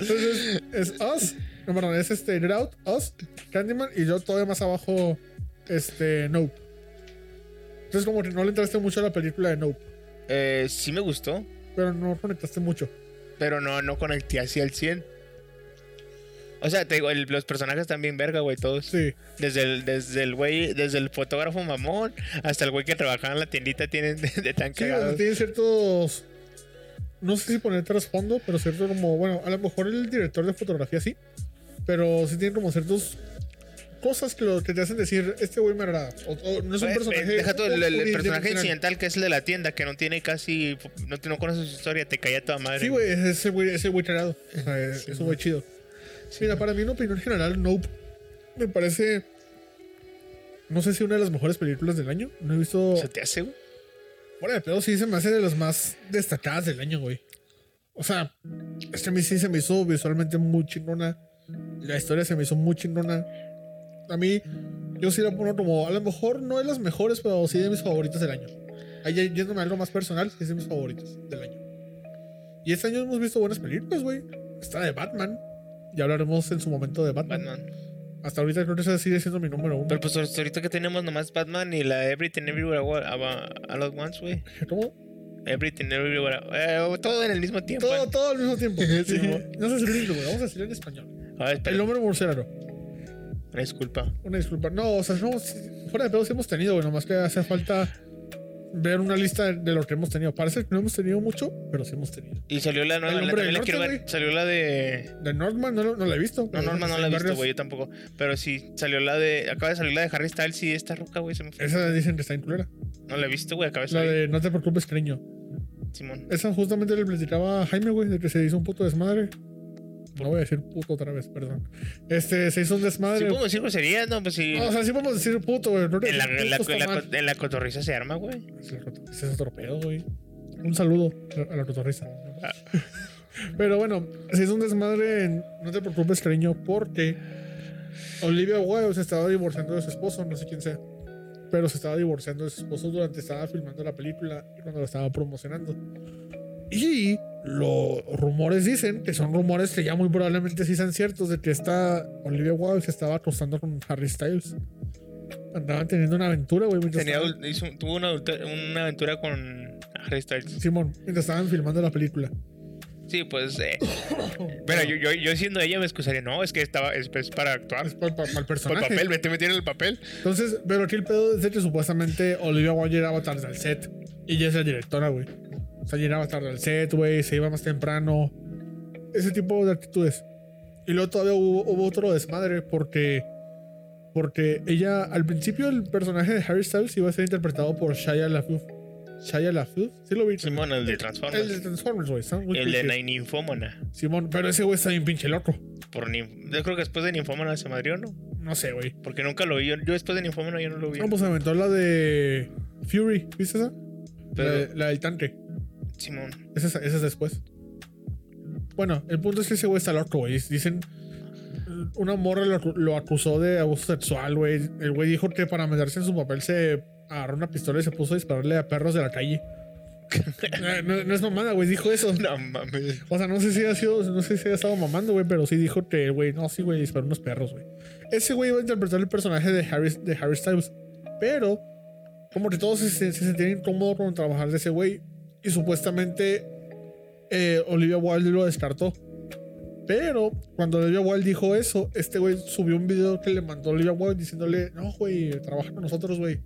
Speaker 1: Entonces es Us, no, perdón, es este Get Out, Us, Candyman y yo todavía más abajo, este Nope. Entonces como que no le entraste mucho a la película de Nope,
Speaker 2: Eh, sí me gustó,
Speaker 1: pero no conectaste mucho.
Speaker 2: pero no, no conecté así al 100. O sea, te digo, el- los personajes están bien verga, güey, todos.
Speaker 1: Sí,
Speaker 2: Desde el, desde el güey, desde el fotógrafo mamón hasta el güey que trabajaba en la tiendita tienen de, de tan
Speaker 1: sí, o sea,
Speaker 2: cagados.
Speaker 1: tiene ciertos... No sé si poner trasfondo, pero cierto como, bueno, a lo mejor el director de fotografía sí, pero sí tiene como ciertos cosas que, lo, que te hacen decir, este güey me agrada. O, o no es un
Speaker 2: Eh,
Speaker 1: personaje...
Speaker 2: eh, Deja todo el, el- el personaje
Speaker 1: unidimensional.
Speaker 2: incidental que es el de la tienda, que no tiene casi. No, no conoce su historia, te caía toda madre.
Speaker 1: Sí, güey, ese güey, ese güey tarado. O sea, es un güey chido. Mira, para mí, en opinión general, Nope me parece. No sé si una de las mejores películas del año. No he visto.
Speaker 2: ¿Se te hace, güey?
Speaker 1: Fuera de pedo, sí se me hace de las más destacadas del año, güey. O sea, es que a mí sí se me hizo visualmente muy chingona. La historia se me hizo muy chingona. A mí, yo sí la pongo como, a lo mejor no de las mejores, pero sí de mis favoritas del año. Ahí ya yéndome a algo más personal, sí es de mis favoritas del año. Y este año hemos visto buenas películas, güey. Está de Batman. Ya hablaremos en su momento de Batman.
Speaker 2: Batman.
Speaker 1: Hasta ahorita creo que esa sigue siendo mi número uno.
Speaker 2: Pero pues ahorita que tenemos nomás Batman y la Everything Everywhere All- All All at Once, güey.
Speaker 1: ¿Cómo?
Speaker 2: Everything Everywhere. eh, todo en el mismo tiempo.
Speaker 1: Todo,
Speaker 2: eh.
Speaker 1: todo al mismo tiempo.
Speaker 2: Sí, mo.
Speaker 1: no sé si lo digo, güey. Vamos a decirlo en español.
Speaker 2: Ah, espera,
Speaker 1: El hombre murciélago.
Speaker 2: una disculpa.
Speaker 1: Una disculpa. No, o sea, no, sí, fuera de pedo sí hemos tenido, güey. Nomás que hace falta ver una lista de, de lo que hemos tenido. Parece que no hemos tenido mucho, pero sí hemos tenido.
Speaker 2: Y salió la
Speaker 1: El
Speaker 2: nueva, la,
Speaker 1: hombre del
Speaker 2: también la quiero
Speaker 1: norte,
Speaker 2: ver.
Speaker 1: güey.
Speaker 2: Salió la de.
Speaker 1: De Norman no, lo- no la he visto.
Speaker 2: No,
Speaker 1: pero
Speaker 2: Norma no
Speaker 1: sí,
Speaker 2: la he visto,
Speaker 1: varios-
Speaker 2: güey, yo tampoco. Pero sí, salió la de. Acaba de salir la de Harry Styles y esta roca, güey, se me fue.
Speaker 1: Esa dicen que está en culera.
Speaker 2: No la he visto, güey, acaba de
Speaker 1: La
Speaker 2: salir.
Speaker 1: de No te preocupes, cariño.
Speaker 2: Simón.
Speaker 1: Esa justamente le platicaba a Jaime, güey, de que se hizo un puto desmadre. No voy a decir puto otra vez, perdón. Este, se hizo un
Speaker 2: Sí,
Speaker 1: desmadre.
Speaker 2: podemos decir groserías, ¿no? Pues sí.
Speaker 1: No, o sea, sí podemos decir puto, güey. pero
Speaker 2: en, la, en, la,
Speaker 1: puto
Speaker 2: en
Speaker 1: está
Speaker 2: la-
Speaker 1: mal.
Speaker 2: en la cotorriza se arma, güey.
Speaker 1: Es la cotorriza, Ese es otro pedo, güey. Un saludo a la cotorriza. Pero bueno, si es un desmadre, en- no te preocupes, cariño, porque Olivia Wilde se estaba divorciando de su esposo, no sé quién sea. Pero se estaba divorciando de su esposo durante estaba filmando la película y cuando la estaba promocionando. Y los rumores dicen, que son rumores que ya muy probablemente sí sean ciertos, de que esta Olivia Wilde se estaba acostando con Harry Styles. Andaban teniendo una aventura, güey. mientras
Speaker 2: Tenía,
Speaker 1: estaban-
Speaker 2: adul- hizo, tuvo una, adulta- una aventura con Harry Styles.
Speaker 1: Simón, mientras estaban filmando la película.
Speaker 2: Sí, pues. eh, bueno, yo, yo, yo siendo ella me excusaría. No, es que estaba. Es, es para actuar.
Speaker 1: Es para, el
Speaker 2: Por
Speaker 1: personaje.
Speaker 2: papel, vete, metieron el papel.
Speaker 1: Entonces, pero aquí el pedo es de que supuestamente Olivia Wilde llegaba tarde al set. Y ella es la directora, güey. O sea, llegaba tarde al set, güey, se iba más temprano. Ese tipo de actitudes. Y luego todavía hubo, hubo otro desmadre porque... Porque ella, al principio, el personaje de Harry Styles iba a ser interpretado por Shia LaFeouf. Shia LaFeouf, sí lo vi.
Speaker 2: Simón, el de
Speaker 1: el de
Speaker 2: Transformers.
Speaker 1: Transformers, güey. está muy
Speaker 2: El de
Speaker 1: cliché.
Speaker 2: Nine Ninfómana.
Speaker 1: Simón, pero ese güey está bien pinche loco.
Speaker 2: Por Ninf- yo creo que después de Ninfómana se madrió, ¿no?
Speaker 1: No sé, güey.
Speaker 2: Porque nunca lo vi. Yo, yo después de Ninfómana yo no lo vi.
Speaker 1: No, pues aventó la de Fury, ¿viste esa? La,
Speaker 2: Pero,
Speaker 1: de- la del tanque.
Speaker 2: Simón.
Speaker 1: Esa es, esa es después. Bueno, el punto es que ese güey está loco, güey. Dicen. Una morra lo, acu- lo acusó de abuso sexual, güey. El güey dijo que para meterse en su papel se agarró una pistola y se puso a dispararle a perros de la calle. Eh, no, no es mamada, güey. Dijo eso.
Speaker 2: No mames.
Speaker 1: O sea, no sé si ha sido, no sé si ha estado mamando, güey, pero sí dijo que, güey, no, sí, güey, disparó unos perros, güey. Ese güey iba a interpretar el personaje de Harry, de Harry Styles, pero como que todos se, se sentían incómodos con trabajar de ese güey y supuestamente eh, Olivia Wilde lo descartó. Pero cuando Olivia Wilde dijo eso, este güey subió un video que le mandó Olivia Wilde diciéndole, no, güey, trabaja con nosotros, güey.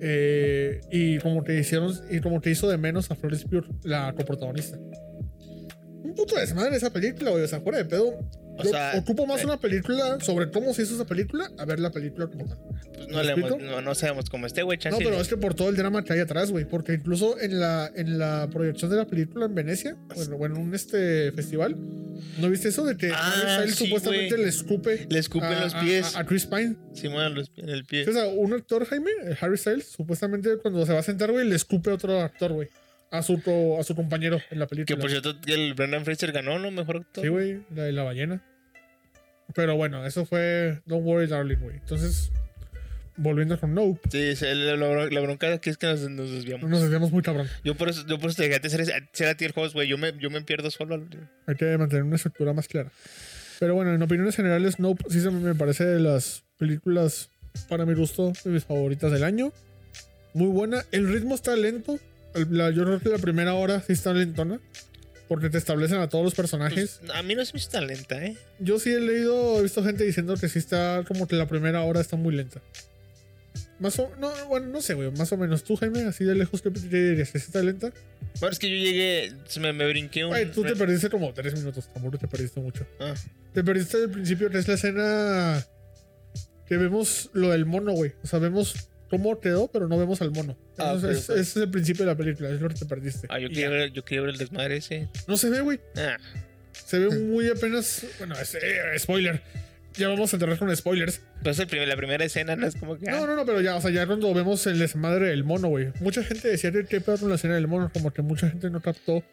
Speaker 1: Eh, y como que hicieron, y como que hizo de menos a Florence Pugh, la coprotagonista un puto desmadre esa película, güey. O sea, fuera de pedo.
Speaker 2: O
Speaker 1: Yo
Speaker 2: sea,
Speaker 1: ocupo más
Speaker 2: eh.
Speaker 1: una película sobre cómo se hizo esa película a ver la película como tal.
Speaker 2: Pues
Speaker 1: ¿Me
Speaker 2: no, le hemos-
Speaker 1: explico?
Speaker 2: no, no sabemos cómo esté, güey.
Speaker 1: No,
Speaker 2: chance-
Speaker 1: pero es que por todo el drama que hay atrás, güey. Porque incluso en la, en la proyección de la película en Venecia, bueno, bueno, en un este festival, ¿no viste eso de que
Speaker 2: Ah,
Speaker 1: Harry Styles
Speaker 2: sí,
Speaker 1: supuestamente
Speaker 2: güey.
Speaker 1: le escupe
Speaker 2: Le escupen
Speaker 1: a,
Speaker 2: los
Speaker 1: a-
Speaker 2: pies.
Speaker 1: a- a Chris Pine?
Speaker 2: Simón, a los- en el pie.
Speaker 1: O sea, un actor, Jaime, eh, Harry Styles, supuestamente cuando se va a sentar, güey, le escupe a otro actor, güey. A su, a su compañero en la película.
Speaker 2: Que por cierto, el Brendan Fraser ganó, ¿no? Mejor actor.
Speaker 1: Sí, güey, la de la ballena. Pero bueno, eso fue Don't Worry Darling, güey. Entonces, volviendo con Nope,
Speaker 2: Sí, sí, la, la- la bronca aquí es que nos, nos desviamos.
Speaker 1: nos desviamos muy cabrón.
Speaker 2: Yo por eso, yo por eso te dejé antes ser, ser a ti el host, güey. Yo me, yo me pierdo solo. al-
Speaker 1: Hay que mantener una estructura más clara. Pero bueno, en opiniones generales, Nope sí se me parece de las películas, para mi gusto, de mis favoritas del año. Muy buena. El ritmo está lento. El- la- yo creo que la primera hora sí está lentona. Porque te establecen a todos los personajes.
Speaker 2: Pues, a mí no se me hizo tan lenta, ¿eh?
Speaker 1: Yo sí he leído, he visto gente diciendo que sí está como que la primera hora está muy lenta. Más o no, bueno, no sé, güey, más o menos. Tú, Jaime, así de lejos, ¿qué te dirías? ¿Que sí está lenta?
Speaker 2: Bueno, es que yo llegué, se me, me brinqué un.
Speaker 1: Güey, tú te perdiste como tres minutos, tampoco te perdiste mucho.
Speaker 2: Ah,
Speaker 1: Te perdiste del principio, que es la escena que vemos lo del mono, güey. O sea, vemos cómo quedó, pero no vemos al mono.
Speaker 2: Ah,
Speaker 1: Entonces, es-
Speaker 2: ok, ok.
Speaker 1: ese es el principio de la película, es lo que te perdiste.
Speaker 2: ah, yo
Speaker 1: Y
Speaker 2: quería
Speaker 1: ya.
Speaker 2: ver, yo quería ver el desmadre ese.
Speaker 1: No se ve, güey.
Speaker 2: Ah,
Speaker 1: Se ve muy apenas. Bueno, es- eh, spoiler. Ya vamos a entrar con spoilers.
Speaker 2: Pero es el primer- la primera escena, no es como que. ah,
Speaker 1: No, no, no, pero ya, o sea, ya cuando vemos el desmadre del mono, güey. Mucha gente decía que qué pedo con la escena del mono, como que mucha gente no captó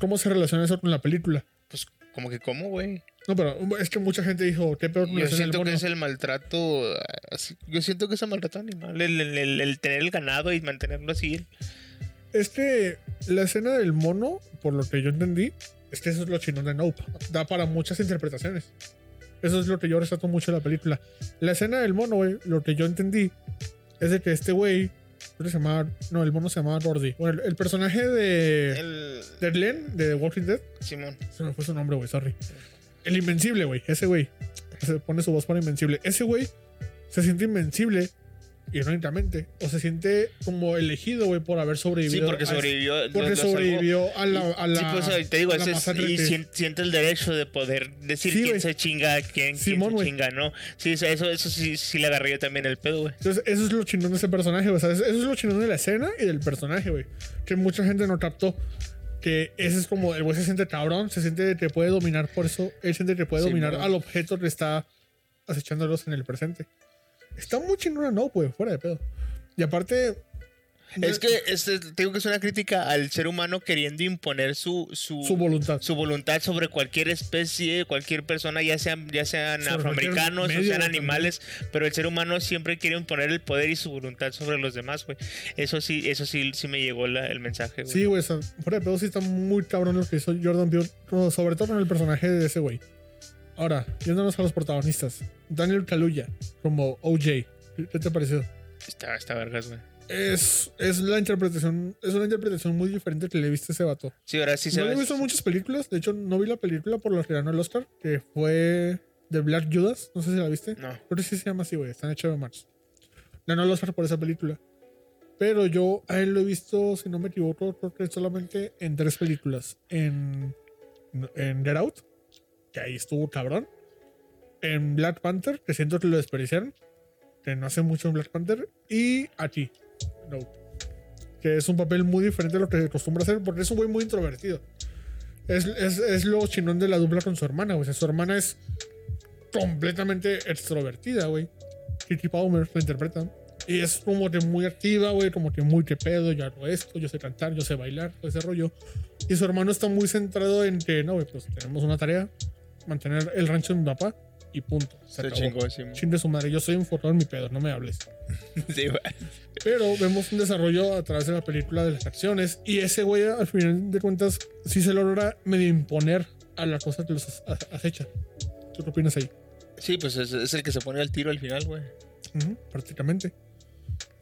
Speaker 1: cómo se relaciona eso con la película.
Speaker 2: Pues como que, ¿cómo, güey?
Speaker 1: No, pero es que mucha gente dijo, qué pedo con la
Speaker 2: Yo
Speaker 1: escena del
Speaker 2: siento
Speaker 1: mono.
Speaker 2: que es el maltrato. ah, así- Yo siento que es el maltrato animal. El, el- el- el tener el ganado y mantenerlo así.
Speaker 1: Es que la escena del mono, por lo que yo entendí, es que eso es lo chingón de Nope. Da para muchas interpretaciones. Eso es lo que yo resalto mucho de la película. La escena del mono, güey, lo que yo entendí es de que este güey, creo que se llamaba, no, el mono se llamaba Gordy. Bueno, el, el personaje de,
Speaker 2: El.
Speaker 1: de Glenn, de Walking Dead,
Speaker 2: Simón.
Speaker 1: se me fue su nombre, güey, sorry. El invencible, güey, ese güey. Se pone su voz para invencible. Ese güey se siente invencible, irónicamente, o se siente como elegido, güey, por haber sobrevivido.
Speaker 2: Sí, porque
Speaker 1: a ese-
Speaker 2: sobrevivió.
Speaker 1: porque
Speaker 2: lo- lo salvó.
Speaker 1: sobrevivió a la, a la.
Speaker 2: sí, pues ahí te digo,
Speaker 1: a la
Speaker 2: ese es-
Speaker 1: masacre
Speaker 2: y
Speaker 1: que-
Speaker 2: sien- siente el derecho de poder decir
Speaker 1: Sí,
Speaker 2: quién
Speaker 1: güey.
Speaker 2: se chinga, quién, quién
Speaker 1: Simón,
Speaker 2: se
Speaker 1: güey.
Speaker 2: chinga, ¿no? Sí, eso, eso, eso sí, sí le agarré yo también el pedo, güey.
Speaker 1: Entonces, eso es lo chingón de ese personaje, güey. o sea, Eso es lo chingón de la escena y del personaje, güey. Que mucha gente no captó. Que ese es como el güey se siente cabrón, se siente que puede dominar por eso. Él siente que puede
Speaker 2: Sí,
Speaker 1: dominar
Speaker 2: mo.
Speaker 1: al objeto que está acechándolos en el presente. Está muy chingona, no, güey, fuera de pedo. Y aparte.
Speaker 2: Es que este, te digo que es una crítica al ser humano queriendo imponer su, su,
Speaker 1: Su voluntad.
Speaker 2: su voluntad sobre cualquier especie, cualquier persona, ya sean, ya sean
Speaker 1: Sobre cualquier
Speaker 2: afroamericanos o
Speaker 1: medio,
Speaker 2: sean
Speaker 1: güey,
Speaker 2: animales, pero el ser humano siempre quiere imponer el poder y su voluntad sobre los demás, güey. Eso sí, eso sí, sí me llegó la- el mensaje, güey.
Speaker 1: Sí, güey, o sea, fuera de pedo sí está muy cabrón lo que hizo Jordan Peele, no, sobre todo en el personaje de ese güey. Ahora, yéndonos a los protagonistas. Daniel Kaluuya, como OJ. ¿Qué te pareció?
Speaker 2: Está, está vergas, güey.
Speaker 1: Es, es la interpretación, es una interpretación muy diferente que le viste a ese vato.
Speaker 2: Sí, ahora sí se
Speaker 1: no le
Speaker 2: ve-
Speaker 1: he visto muchas películas, de hecho no vi la película por la que ganó el Oscar, que fue de Black Judas, no sé si la viste.
Speaker 2: No.
Speaker 1: Creo que sí se llama así, güey. Están hechos de Marx. Ganó el Oscar por esa película. Pero yo a él lo he visto, si no me equivoco, creo que solamente en tres películas. En, en Get Out, que ahí estuvo cabrón. En Black Panther, que siento que lo desperdiciaron. Que no hace mucho en Black Panther. Y aquí, no. Que es un papel muy diferente a lo que acostumbra hacer, porque es un güey muy introvertido. Es, es, es lo chinón de la dupla con su hermana, güey. O sea, su hermana es completamente extrovertida, güey. Kitty Palmer la interpreta. Y es como que muy activa, güey, como que muy que pedo, yo hago esto, yo sé cantar, yo sé bailar, todo ese rollo. Y su hermano está muy centrado en que, no, güey, pues tenemos una tarea, mantener el rancho de mi papá y punto. Se,
Speaker 2: Se
Speaker 1: acabó.
Speaker 2: chingó, sí. güey.
Speaker 1: Chingue su madre, yo soy enfocado en mi pedo, no me hables.
Speaker 2: Sí, güey.
Speaker 1: Pero vemos un desarrollo a través de la película de las acciones. Y ese güey, al final de cuentas, sí se logra medio imponer a la cosa que los as- a- acecha. ¿Tú qué opinas ahí?
Speaker 2: Sí, pues es, es el que se pone al tiro al final, güey.
Speaker 1: Ujú, prácticamente.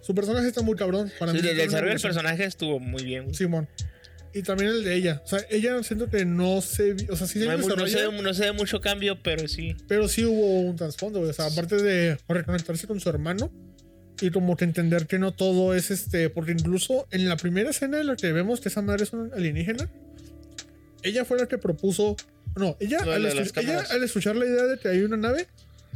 Speaker 1: Su personaje está muy cabrón. Para
Speaker 2: Sí,
Speaker 1: mí
Speaker 2: el
Speaker 1: tiene una
Speaker 2: desarrollo del
Speaker 1: evolución.
Speaker 2: personaje estuvo muy bien, güey.
Speaker 1: Simón. Y también el de ella. O sea, ella siento que no se. vi- O sea, sí se
Speaker 2: No, hay mu- no se
Speaker 1: desarrolla,
Speaker 2: ve, no se ve mucho cambio, pero sí.
Speaker 1: pero sí hubo un trasfondo, güey. O sea, aparte de reconectarse con su hermano y como que entender que no todo es este. Porque incluso en la primera escena de la que vemos que esa madre es una alienígena, ella fue la que propuso. No, ella,
Speaker 2: Lo de
Speaker 1: al,
Speaker 2: las
Speaker 1: escuch- ella,
Speaker 2: cámaras.
Speaker 1: al escuchar la idea de que hay una nave,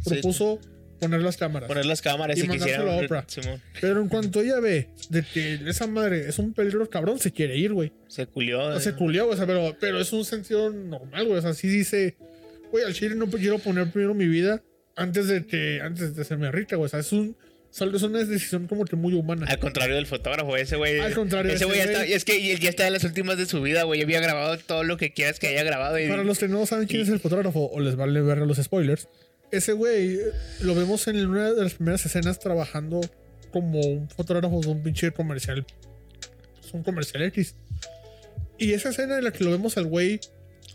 Speaker 2: Sí.
Speaker 1: propuso poner las cámaras.
Speaker 2: Poner las cámaras
Speaker 1: Y
Speaker 2: y, que
Speaker 1: mandárselo
Speaker 2: hicieran-
Speaker 1: a Oprah.
Speaker 2: Simón,
Speaker 1: Pero en cuanto ella ve de que esa madre es un peligro cabrón, se quiere ir, güey.
Speaker 2: se culió.
Speaker 1: O
Speaker 2: eh.
Speaker 1: se culió, güey, o sea, pero, pero es un sentido normal, güey. O sea, sí dice, güey, al chile no quiero poner primero mi vida antes de que, antes de hacerme rica, güey. O sea, es un, es una decisión como que muy humana.
Speaker 2: Al contrario del fotógrafo, ese güey.
Speaker 1: Al contrario,
Speaker 2: ese
Speaker 1: ese
Speaker 2: güey ya
Speaker 1: güey-
Speaker 2: está. Es que él ya está en las últimas de su vida, güey. Había grabado todo lo que quieras que haya grabado. Y,
Speaker 1: Para los que no saben quién es el fotógrafo o les vale ver los spoilers, ese güey eh, lo vemos en una de las primeras escenas trabajando como un fotógrafo de un pinche comercial. Es un comercial X. Y esa escena en la que lo vemos al güey,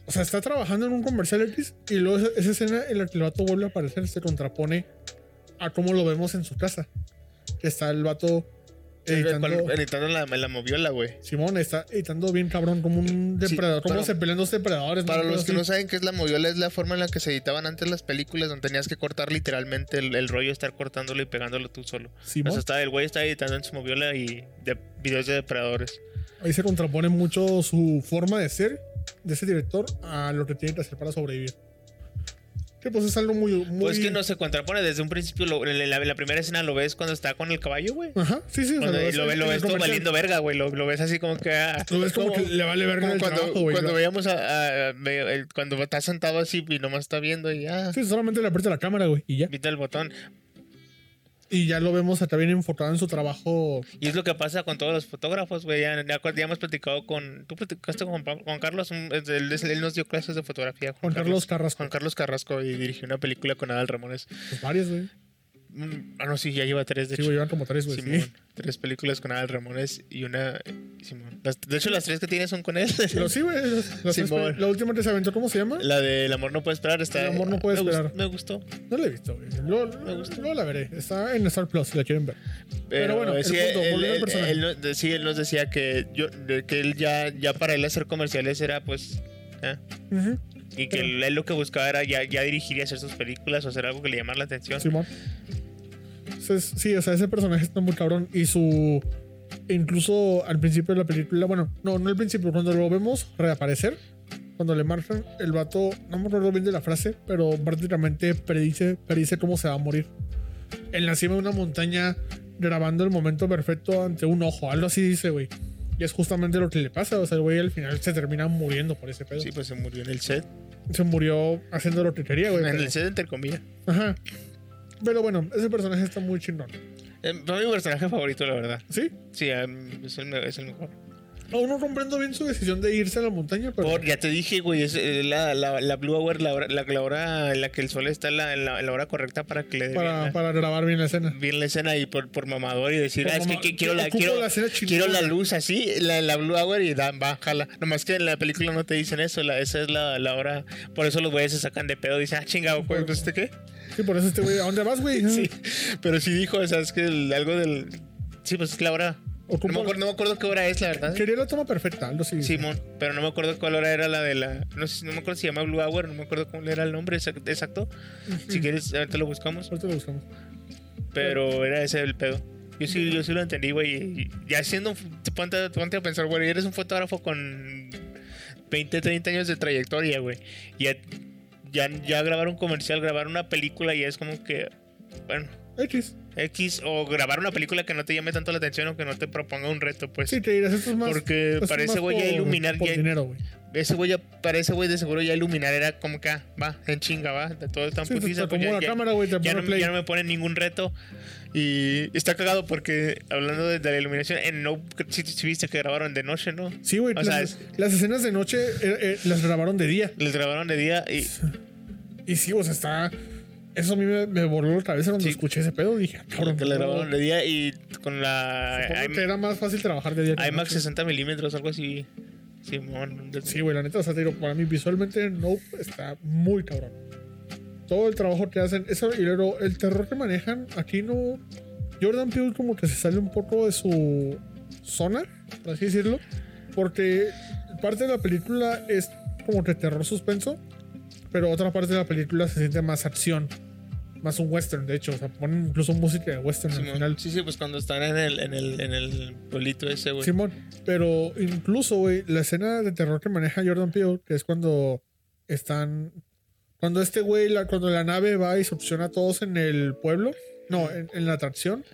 Speaker 1: o sea, está trabajando en un comercial X y luego esa, esa escena en la que el vato vuelve a aparecer se contrapone a cómo lo vemos en su casa. Que está el vato
Speaker 2: Sí, güey,
Speaker 1: editando.
Speaker 2: cuando- editando la, la moviola, güey.
Speaker 1: Simón está editando bien cabrón como un
Speaker 2: Sí,
Speaker 1: depredador, como
Speaker 2: para-
Speaker 1: se pelean dos depredadores.
Speaker 2: Para los que
Speaker 1: no
Speaker 2: no saben qué es la moviola, es la forma en la que se editaban antes las películas, donde tenías que cortar literalmente el, el rollo, estar cortándolo y pegándolo tú solo. O
Speaker 1: Simón.
Speaker 2: sea, estaba- Pues el güey estaba editando en su moviola y de videos de depredadores.
Speaker 1: Ahí se contrapone mucho su forma de ser de ese director a lo que tiene que hacer para sobrevivir. Sí, pues es algo muy. muy...
Speaker 2: Pues que no se contrapone desde un principio. lo- en la, en la primera escena lo ves cuando está con el caballo, güey.
Speaker 1: Ajá, sí, sí. o sea,
Speaker 2: Cuando- y
Speaker 1: ves
Speaker 2: lo
Speaker 1: en-
Speaker 2: ves,
Speaker 1: en
Speaker 2: lo
Speaker 1: el
Speaker 2: ves todo
Speaker 1: comercial.
Speaker 2: valiendo verga, güey. Lo, lo ves así como que. ah,
Speaker 1: Lo ves como
Speaker 2: como-
Speaker 1: que le vale verga
Speaker 2: como
Speaker 1: el
Speaker 2: cuando,
Speaker 1: trabajo, güey.
Speaker 2: cuando
Speaker 1: lo-
Speaker 2: veíamos a, a- me- el- cuando está sentado así y nomás está viendo y ya,
Speaker 1: Sí, solamente le aprieta la cámara, güey, y ya.
Speaker 2: invita el botón.
Speaker 1: Y ya lo vemos hasta bien enfocado en su trabajo.
Speaker 2: Y es lo que pasa con todos los fotógrafos, güey. Ya, ya, ya hemos platicado con. Tú platicaste con Juan, Juan Carlos. un- es- Él, es- él nos dio clases de fotografía.
Speaker 1: Juan Carlos Carrasco.
Speaker 2: Juan Carlos Carrasco y dirigió una película con Adal Ramones.
Speaker 1: Pues varios, güey.
Speaker 2: Mm, Ah, no, sí, ya lleva tres, de
Speaker 1: Sí,
Speaker 2: hecho.
Speaker 1: güey, llevan como tres, güey. sí.
Speaker 2: Simón, Tres películas con Adal Ramones y una. Simón. Las- de hecho, las tres que tiene son con él.
Speaker 1: Pero sí, güey. las- las tres
Speaker 2: Simón.
Speaker 1: peli- La última que se aventó, ¿cómo se llama?
Speaker 2: La de El amor no puede esperar está.
Speaker 1: El amor no puede
Speaker 2: me gust-
Speaker 1: esperar.
Speaker 2: me gustó.
Speaker 1: No la he visto, güey. Luego,
Speaker 2: Me gusta.
Speaker 1: luego la veré. Está en Star Plus, si la quieren ver.
Speaker 2: Pero,
Speaker 1: bueno, el
Speaker 2: sí,
Speaker 1: punto,
Speaker 2: él,
Speaker 1: volviendo al
Speaker 2: él-
Speaker 1: personaje.
Speaker 2: él nos- de- sí, él nos decía que, yo, de que él ya, ya para él hacer comerciales era pues. ¿eh?
Speaker 1: Ujú,
Speaker 2: Y que él, él lo que buscaba era ya, ya dirigir y hacer sus películas o hacer algo que le llamara la atención.
Speaker 1: Simón. Entonces, sí, o sea, ese personaje está muy cabrón. Y su. Incluso al principio de la película, bueno, no, no al principio, cuando lo vemos reaparecer, cuando le marcan, el vato, no me acuerdo bien de la frase, pero prácticamente predice, predice cómo se va a morir. En la cima de una montaña, grabando el momento perfecto ante un ojo, algo así dice, güey. Y es justamente lo que le pasa, o sea, el güey al final se termina muriendo por ese pedo.
Speaker 2: Sí, pues se murió en el set.
Speaker 1: Se murió haciendo lo que quería, güey.
Speaker 2: En
Speaker 1: pero-
Speaker 2: el set, entre comillas.
Speaker 1: Ajá. Pero bueno, ese personaje está muy chingón.
Speaker 2: Eh, Fue mi personaje favorito, la verdad.
Speaker 1: ¿Sí?
Speaker 2: Sí, a mí es el, me- es el mejor.
Speaker 1: Aún no comprendo bien su decisión de irse a la montaña, pero.
Speaker 2: Por- ya te dije, güey, es eh, la, la, la Blue Hour, la hora, la, la hora en la que el sol está, la, la, la hora correcta para que le dé bien
Speaker 1: para,
Speaker 2: la-
Speaker 1: para grabar bien la escena.
Speaker 2: bien la escena y por, por mamador y decir,
Speaker 1: Por
Speaker 2: ah, es que,
Speaker 1: mama-
Speaker 2: que quiero, la,
Speaker 1: ocupo
Speaker 2: quiero,
Speaker 1: la escena
Speaker 2: quiero la
Speaker 1: chingona".
Speaker 2: luz así, la, la Blue Hour y dan, va, jala. Nomás que en la película no te dicen eso, la, esa es la, la hora. Por eso los güeyes se sacan de pedo y dicen, ah, chingado, güey, ¿pues este qué?
Speaker 1: Sí, por eso este güey, ¿a dónde vas, güey?
Speaker 2: Sí, pero sí dijo, o sea, es que el- algo del. Sí, pues es la hora. No
Speaker 1: Ocupo-
Speaker 2: me, acuerdo, no me acuerdo qué hora es, la verdad.
Speaker 1: Quería la toma perfecta, algo así.
Speaker 2: Simón, pero no me acuerdo cuál hora era la de la. No, sé, no me acuerdo si se llama Blue Hour, no me acuerdo cuál era el nombre exac- exacto. Si quieres, ahorita lo buscamos.
Speaker 1: Ahorita lo buscamos.
Speaker 2: Pero era ese el pedo. Yo sí, yo sí lo entendí, güey. y- Y haciendo. Ponte, ponte a pensar, güey. Eres un fotógrafo con 20, 30 años de trayectoria, güey. Ya, ya, ya grabar un comercial, grabar una película, y es como que. Bueno,
Speaker 1: X.
Speaker 2: X. O grabar una película que no te llame tanto la atención o que no te proponga un reto, pues.
Speaker 1: Sí, te dirás, esto es más.
Speaker 2: Porque
Speaker 1: esto es
Speaker 2: para ese
Speaker 1: más
Speaker 2: güey ya
Speaker 1: por-
Speaker 2: iluminar,
Speaker 1: Por
Speaker 2: ya-
Speaker 1: dinero, güey.
Speaker 2: Ese güey, ya- para ese güey de seguro ya iluminar era como que, ah, va, en chinga, va. de Todo tan
Speaker 1: Sí, te,
Speaker 2: putiza,
Speaker 1: te
Speaker 2: pues ya-
Speaker 1: acomoda la
Speaker 2: ya-
Speaker 1: cámara, güey, te
Speaker 2: ya
Speaker 1: pone
Speaker 2: no,
Speaker 1: play.
Speaker 2: ya no me ponen ningún reto. Y está cagado porque, hablando de, de la iluminación, en No, si, si viste que grabaron de noche, ¿no?
Speaker 1: Sí, güey,
Speaker 2: O
Speaker 1: las,
Speaker 2: sea, es-
Speaker 1: las escenas de noche eh, eh, las grabaron de día.
Speaker 2: Les grabaron de día y
Speaker 1: Y sí, o sea, está. Eso a mí me, me borró la cabeza cuando
Speaker 2: Sí.
Speaker 1: escuché ese pedo. Dije, ah, cabrón.
Speaker 2: que les
Speaker 1: no.
Speaker 2: grabaron de día y con la
Speaker 1: Supongo
Speaker 2: Im-
Speaker 1: que era más fácil trabajar de día. que de
Speaker 2: IMAX
Speaker 1: noche.
Speaker 2: 60 milímetros, algo así. Simón.
Speaker 1: Sí, güey, la neta, o sea, te digo, para mí visualmente Nope está muy cabrón. Todo el trabajo que hacen, eso y luego el terror que manejan, aquí no. Jordan Peele como que se sale un poco de su zona, por así decirlo, porque parte de la película es como que terror suspenso, pero otra parte de la película se siente más acción, más un western, de hecho, o sea, ponen incluso música de western al
Speaker 2: Simón.
Speaker 1: final.
Speaker 2: Sí, sí, pues cuando están en el, en el, en el pueblito ese, güey.
Speaker 1: Simón, pero incluso, güey, la escena de terror que maneja Jordan Peele, que es cuando están. Cuando este güey, la- cuando la nave va y succiona a todos en el pueblo, no, en, en la atracción,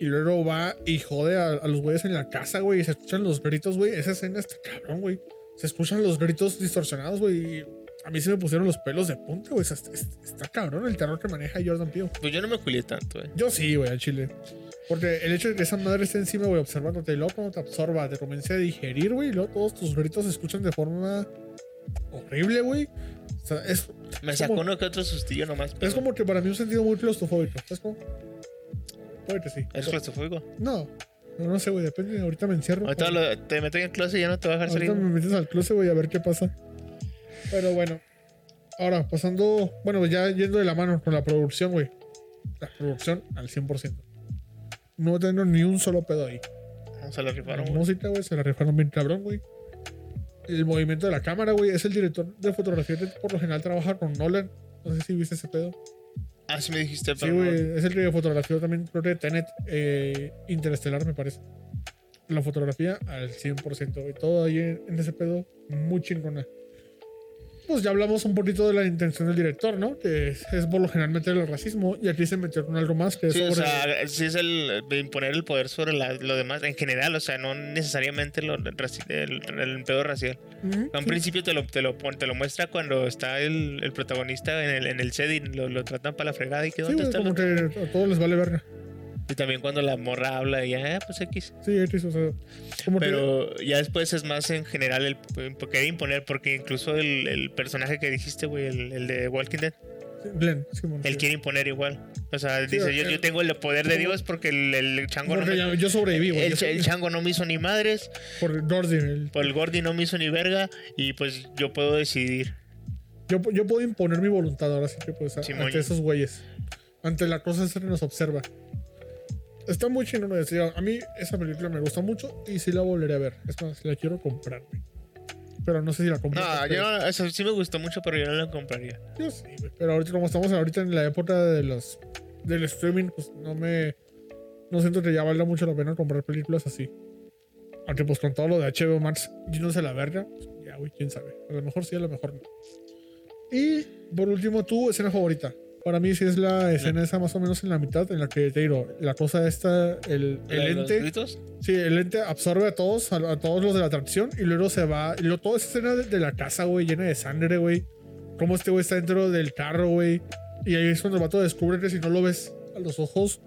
Speaker 1: y luego va y jode a, a los güeyes en la casa, güey, y se escuchan los gritos, güey. Esa escena está cabrón, güey. Se escuchan los gritos distorsionados, güey. y A mí se me pusieron los pelos de punta, güey. o sea, es- es- Está cabrón el terror que maneja Jordan Peele.
Speaker 2: Pues yo no me culié tanto, eh.
Speaker 1: Yo sí, güey, al chile. Porque el hecho de que esa madre esté encima, güey, observándote, y luego cuando te absorba, te comience a digerir, güey, y luego todos tus gritos se escuchan de forma horrible, güey. O sea, es,
Speaker 2: Me
Speaker 1: Es
Speaker 2: sacó
Speaker 1: como-
Speaker 2: uno que otro sustillo nomás. pero
Speaker 1: es como que para mí un sentido muy claustrofóbico. ¿Sabes cómo? Puede que sí.
Speaker 2: ¿Eres claustrofóbico?
Speaker 1: No, no, no sé, güey, depende. Ahorita me encierro. pues.
Speaker 2: Ahorita lo- te meto en el closet y ya no te voy a dejar
Speaker 1: Ahorita
Speaker 2: salir.
Speaker 1: me metes al closet, güey, a ver qué pasa. Pero bueno. Ahora, pasando, bueno, ya yendo de la mano con la producción, güey. La producción al 100%. No tengo ni un solo pedo ahí.
Speaker 2: No se lo
Speaker 1: La
Speaker 2: rifaron, güey.
Speaker 1: música, güey, se la rifaron bien cabrón, güey. El movimiento de la cámara, güey, es el director de fotografía que por lo general trabaja con Nolan. No sé si viste ese pedo.
Speaker 2: Ah, sí me dijiste,
Speaker 1: Sí,
Speaker 2: pero no.
Speaker 1: güey, es el que fotografió también, creo que Tenet eh, Interestelar, me parece. La fotografía al 100%, güey. Todo ahí en, en ese pedo, muy chingona. pues ya hablamos un poquito de la intención del director, ¿no? Que es, es por lo general meter el racismo y aquí se metieron algo más que es
Speaker 2: Sí, o
Speaker 1: sobre-
Speaker 2: sea, sí es el de imponer el poder sobre la- lo demás en general, o sea, no necesariamente lo, raci- el, el pedo racial.
Speaker 1: Ujú,
Speaker 2: A un
Speaker 1: sí.
Speaker 2: principio te lo, te lo, pon- te lo muestra cuando está el, el protagonista en el, en el set y lo, lo tratan para la fregada y que
Speaker 1: Sí,
Speaker 2: dónde
Speaker 1: güey,
Speaker 2: está el
Speaker 1: como
Speaker 2: otro?"
Speaker 1: que a todos les vale verga.
Speaker 2: Y también cuando la morra habla y ya, "Ah, pues X.
Speaker 1: Sí, X, o sea, como que-
Speaker 2: Pero ya después es más en general el el querer imponer, porque incluso el, el personaje que dijiste, güey, el, el de Walking Dead,
Speaker 1: Glenn, Simón,
Speaker 2: él
Speaker 1: sí.
Speaker 2: quiere imponer igual. O sea,
Speaker 1: o
Speaker 2: dice, yo,
Speaker 1: sea,
Speaker 2: yo tengo el poder de Dios porque el, el chango no
Speaker 1: Porque
Speaker 2: me,
Speaker 1: ya- yo sobreviví, güey.
Speaker 2: el,
Speaker 1: yo-
Speaker 2: ch- el chango no me hizo ni madres,
Speaker 1: Por Jordi, el-
Speaker 2: por el Gordy no me hizo ni verga, y pues yo puedo decidir.
Speaker 1: yo, yo puedo imponer mi voluntad ahora sí que pues a-
Speaker 2: Simón.
Speaker 1: ante esos güeyes. Ante la cosa esa que nos observa. Está muy chino, no decía. A mí esa película me gusta mucho y sí la volveré a ver. Es más, la quiero comprar, güey. Pero no sé si la compré.
Speaker 2: No, yo no, eso sí me gustó mucho, pero yo no lo compraría.
Speaker 1: Yo sí, güey, Pero ahorita, como estamos ahorita en la época de los, del streaming, pues no me. No siento que ya valga mucho la pena comprar películas así. Aunque, pues con todo lo de HBO Max, yo no sé la verga. pues, ya, güey, quién sabe. A lo mejor sí, a lo mejor no. Y por último, tu escena favorita. Para mí, sí es la escena esa más o menos en la mitad, en la que te digo, la cosa esta, el, el
Speaker 2: ¿La de los
Speaker 1: ente.
Speaker 2: gritos?
Speaker 1: Sí, el ente absorbe a todos, a, a todos los de la atracción y luego se va. Y luego toda esa escena de, de la casa, güey, llena de sangre, güey. Cómo este güey está dentro del carro, güey. Y ahí es cuando el vato descubre que si no lo ves a los ojos,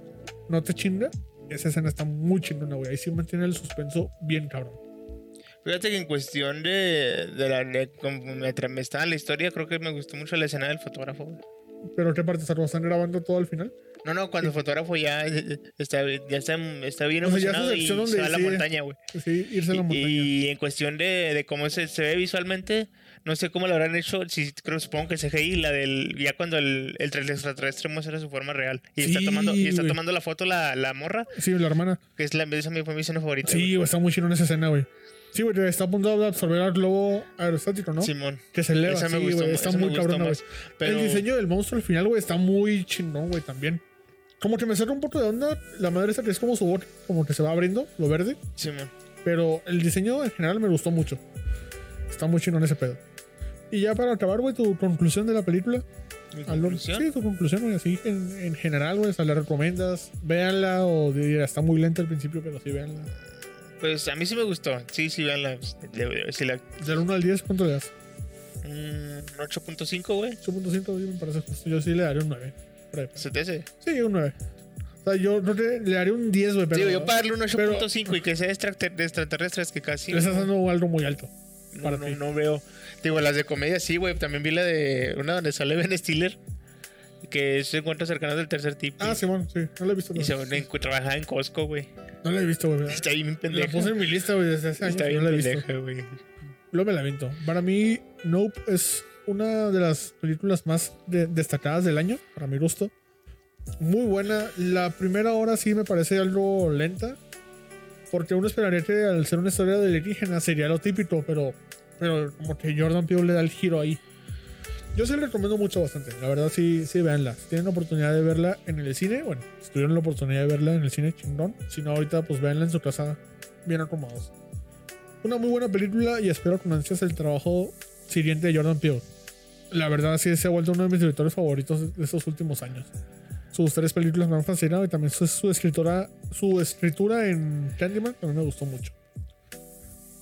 Speaker 1: no te chinga. Esa escena está muy chingona, güey. Ahí sí mantiene el suspenso bien cabrón.
Speaker 2: Fíjate que en cuestión de, de la de cómo me, tra- me estaba la historia, creo que me gustó mucho la escena del fotógrafo. güey.
Speaker 1: Pero qué parte, o sea, lo están grabando todo al final.
Speaker 2: No, no, cuando el fotógrafo ya eh, está, ya está, está bien
Speaker 1: O sea, ya es
Speaker 2: emocionado
Speaker 1: la sección
Speaker 2: y
Speaker 1: donde
Speaker 2: se va a la
Speaker 1: decide-
Speaker 2: montaña, güey.
Speaker 1: Pues Sí, irse a la montaña.
Speaker 2: Y, en cuestión de, de cómo se, se ve visualmente, no sé cómo lo habrán hecho, si creo, supongo que CGI, la del, ya cuando el, el tra- el extraterrestre muestra su forma real. Y está
Speaker 1: Sí,
Speaker 2: tomando, y está
Speaker 1: güey.
Speaker 2: tomando la foto la, la morra,
Speaker 1: Sí, la hermana.
Speaker 2: que es la esa mi- fue mi escena favorita.
Speaker 1: Sí, güey, está muy chingona esa escena, güey. Sí, güey, está a punto de absorber al globo aerostático, ¿no?
Speaker 2: güey. Simón.
Speaker 1: Que se eleva,
Speaker 2: Esa me
Speaker 1: sí,
Speaker 2: gustó,
Speaker 1: güey.
Speaker 2: mu-
Speaker 1: Está
Speaker 2: esa me
Speaker 1: muy
Speaker 2: gustó
Speaker 1: cabrona, güey.
Speaker 2: más. Pero
Speaker 1: El diseño del monstruo al final, güey, está muy chingón, güey, también. Como que me saca un poco de onda la madre esta que es como su boca, como que se va abriendo, lo verde.
Speaker 2: Simón.
Speaker 1: Pero el diseño en general me gustó mucho. Está muy chingón ese pedo. Y ya para acabar, güey, tu conclusión de la película.
Speaker 2: Mi
Speaker 1: Alon-
Speaker 2: conclusión,
Speaker 1: Sí, tu conclusión, güey, así en, en general, güey, o sea, la recomiendas, véanla o diría, está muy lenta al principio, pero sí, véanla.
Speaker 2: Pues a mí sí me gustó. Sí, sí, vean la. Si la
Speaker 1: Del 1 al 10, ¿cuánto le das?
Speaker 2: mm, 8.5, güey.
Speaker 1: 8.5 sí, me parece justo. Yo sí le daría un 9. por ahí. pues.
Speaker 2: ¿Se te hace?
Speaker 1: Sí, un 9. O sea, yo creo que le daría un 10, güey, pero...
Speaker 2: Digo, yo para darle un 8.5 y
Speaker 1: pero-
Speaker 2: que sea extracter- de extraterrestres, que casi.
Speaker 1: Le estás dando algo muy alto.
Speaker 2: No,
Speaker 1: para
Speaker 2: no,
Speaker 1: ti.
Speaker 2: no veo. Digo, las de comedia sí, güey. También vi la de una donde sale Ben Stiller, que es encuentros cercanos del tercer tipo.
Speaker 1: Ah, Simón, sí, no la he visto.
Speaker 2: Y se
Speaker 1: No,
Speaker 2: encu- trabajaba en Costco, güey.
Speaker 1: no la he visto, güey.
Speaker 2: Está bien
Speaker 1: La
Speaker 2: pendeja.
Speaker 1: puse en mi lista, güey, desde hace años.
Speaker 2: Está
Speaker 1: pero
Speaker 2: bien
Speaker 1: no la he visto.
Speaker 2: pendeja, güey.
Speaker 1: Lo me lamento. Para mí, Nope es una de las películas más de- destacadas del año, para mi gusto. Muy buena. La primera hora sí me parece algo lenta. Porque uno esperaría que al ser una historia del indígena sería lo típico, pero, pero como que Jordan Peele le da el giro ahí. Yo sí le recomiendo mucho bastante. La verdad, sí, sí, véanla. Si tienen la oportunidad de verla en el cine, bueno, si tuvieron la oportunidad de verla en el cine, chingón. Si no, ahorita, pues véanla en su casa, bien acomodados. Una muy buena película y espero con ansias el trabajo siguiente de Jordan Peele. La verdad, sí, se ha vuelto uno de mis directores favoritos de estos últimos años. Sus tres películas me han fascinado y también su, su escritora, su escritura en Candyman también me gustó mucho.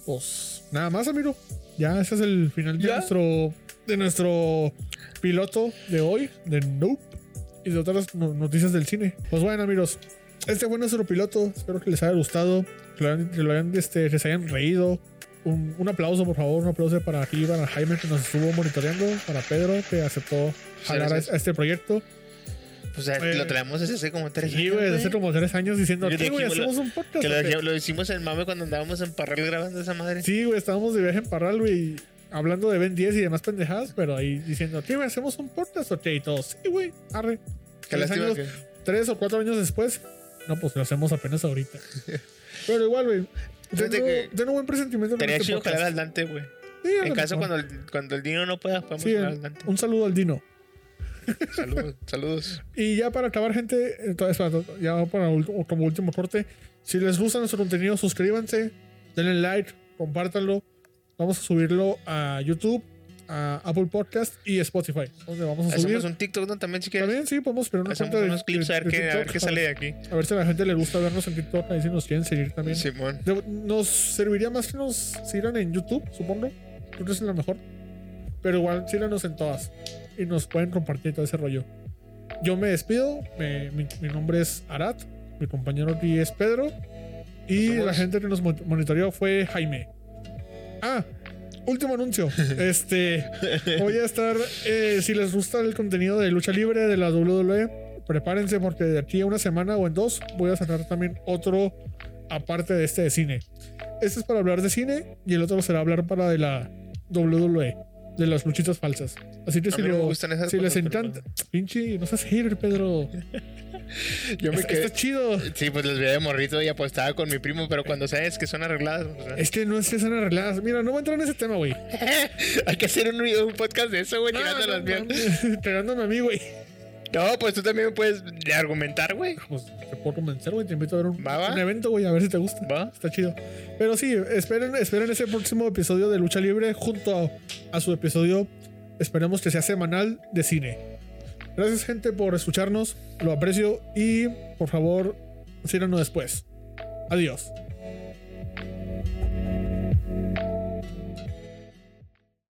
Speaker 1: Pues nada más, amigo. Ya ese es el final de
Speaker 2: ¿Ya?
Speaker 1: nuestro de nuestro piloto de hoy, de Nope, y de otras no- noticias del cine. Pues bueno, amigos, este fue nuestro piloto. Espero que les haya gustado, que lo hayan, que lo hayan, este, que se hayan reído. Un, un aplauso, por favor, un aplauso para aquí, para Jaime que nos estuvo monitoreando, para Pedro que aceptó jalar a-
Speaker 2: gracias.
Speaker 1: a este proyecto.
Speaker 2: Pues a-
Speaker 1: Oye.
Speaker 2: lo traemos desde hace como tres
Speaker 1: Sí,
Speaker 2: años,
Speaker 1: güey,
Speaker 2: güey.
Speaker 1: hace como tres años diciendo,
Speaker 2: Yo
Speaker 1: "Aquí, güey,
Speaker 2: dijimos,
Speaker 1: hacemos un podcast.
Speaker 2: Que
Speaker 1: ¿o
Speaker 2: lo,
Speaker 1: qué?"
Speaker 2: lo hicimos en mame cuando andábamos en Parral grabando esa madre.
Speaker 1: Sí, güey, estábamos de viaje en Parral, güey, y hablando de Ben 10 y demás pendejadas, pero ahí diciendo, ¿qué, güey, hacemos un podcast? Ok, y todos, sí, güey, arre.
Speaker 2: Qué
Speaker 1: Tres,
Speaker 2: lástima
Speaker 1: años-
Speaker 2: que-
Speaker 1: tres o cuatro años después, no, pues lo hacemos apenas ahorita. pero igual, güey, tengo,
Speaker 2: Fíjate que
Speaker 1: tengo buen presentimiento en
Speaker 2: Estaría
Speaker 1: este
Speaker 2: chido
Speaker 1: podcast.
Speaker 2: jalar al Dante, güey.
Speaker 1: Sí, a
Speaker 2: En
Speaker 1: lo
Speaker 2: caso
Speaker 1: mejor.
Speaker 2: cuando el, cuando el dinero no pueda, podemos
Speaker 1: Sí,
Speaker 2: jalar al Dante.
Speaker 1: un saludo al Dino.
Speaker 2: Saludos, saludos.
Speaker 1: Y ya para acabar, gente, eh, entonces, para- ya para ul- como último corte, si les gusta nuestro contenido, suscríbanse, denle like, compártanlo. Vamos a subirlo a YouTube, a Apple Podcast y Spotify, donde vamos a subir.
Speaker 2: Hacemos un TikTok ¿no? también si quieres.
Speaker 1: También sí, podemos esperar una
Speaker 2: Hacemos
Speaker 1: cuenta de,
Speaker 2: unos clips a ver,
Speaker 1: de- de
Speaker 2: qué, a ver
Speaker 1: TikTok,
Speaker 2: qué sale de aquí.
Speaker 1: a ver si a la gente le gusta vernos en TikTok, ahí si nos quieren seguir también.
Speaker 2: Simón.
Speaker 1: De- Nos serviría más que nos sirvan en YouTube, supongo. Creo que es la mejor. Pero igual, síganos en todas. Y nos pueden compartir todo ese rollo. Yo me despido. me- mi, mi nombre es Arat. Mi compañero aquí es Pedro. Y
Speaker 2: Nos vemos.
Speaker 1: la gente que nos mon- monitoreó fue Jaime. Ah, último anuncio. este. Voy a estar. eh, si les gusta el contenido de lucha libre de la WWE, prepárense porque de aquí a una semana o en dos voy a sacar también otro aparte de este de cine. Este es para hablar de cine y el otro será hablar para de la WWE, de las luchitas falsas. Así que
Speaker 2: A
Speaker 1: si,
Speaker 2: mí no me
Speaker 1: lo-
Speaker 2: gustan esas
Speaker 1: si les
Speaker 2: cosas, pero
Speaker 1: encanta, pinche, no seas hater, Pedro.
Speaker 2: Yo me
Speaker 1: Está,
Speaker 2: quedé.
Speaker 1: está chido.
Speaker 2: Sí, pues les veía de morrito y apostaba con mi primo, pero cuando sabes que son arregladas, pues, ¿eh?
Speaker 1: Es que no es que sean arregladas. Mira, no voy a entrar en ese tema, güey.
Speaker 2: hay que hacer un, un podcast de eso, güey, tirando
Speaker 1: Ah,
Speaker 2: las
Speaker 1: no
Speaker 2: mierdas.
Speaker 1: mames, Pegándome a mí, güey.
Speaker 2: No, pues tú también me puedes argumentar, güey.
Speaker 1: Pues te puedo convencer, güey. Te invito a ver un,
Speaker 2: Va, va.
Speaker 1: un evento, güey, a ver si te gusta.
Speaker 2: Va.
Speaker 1: Está chido. Pero sí, esperen, esperen ese próximo episodio de Lucha Libre junto a, a su episodio, esperemos que sea semanal de cine. Gracias, gente, por escucharnos. Lo aprecio y, por favor, síganos después. Adiós.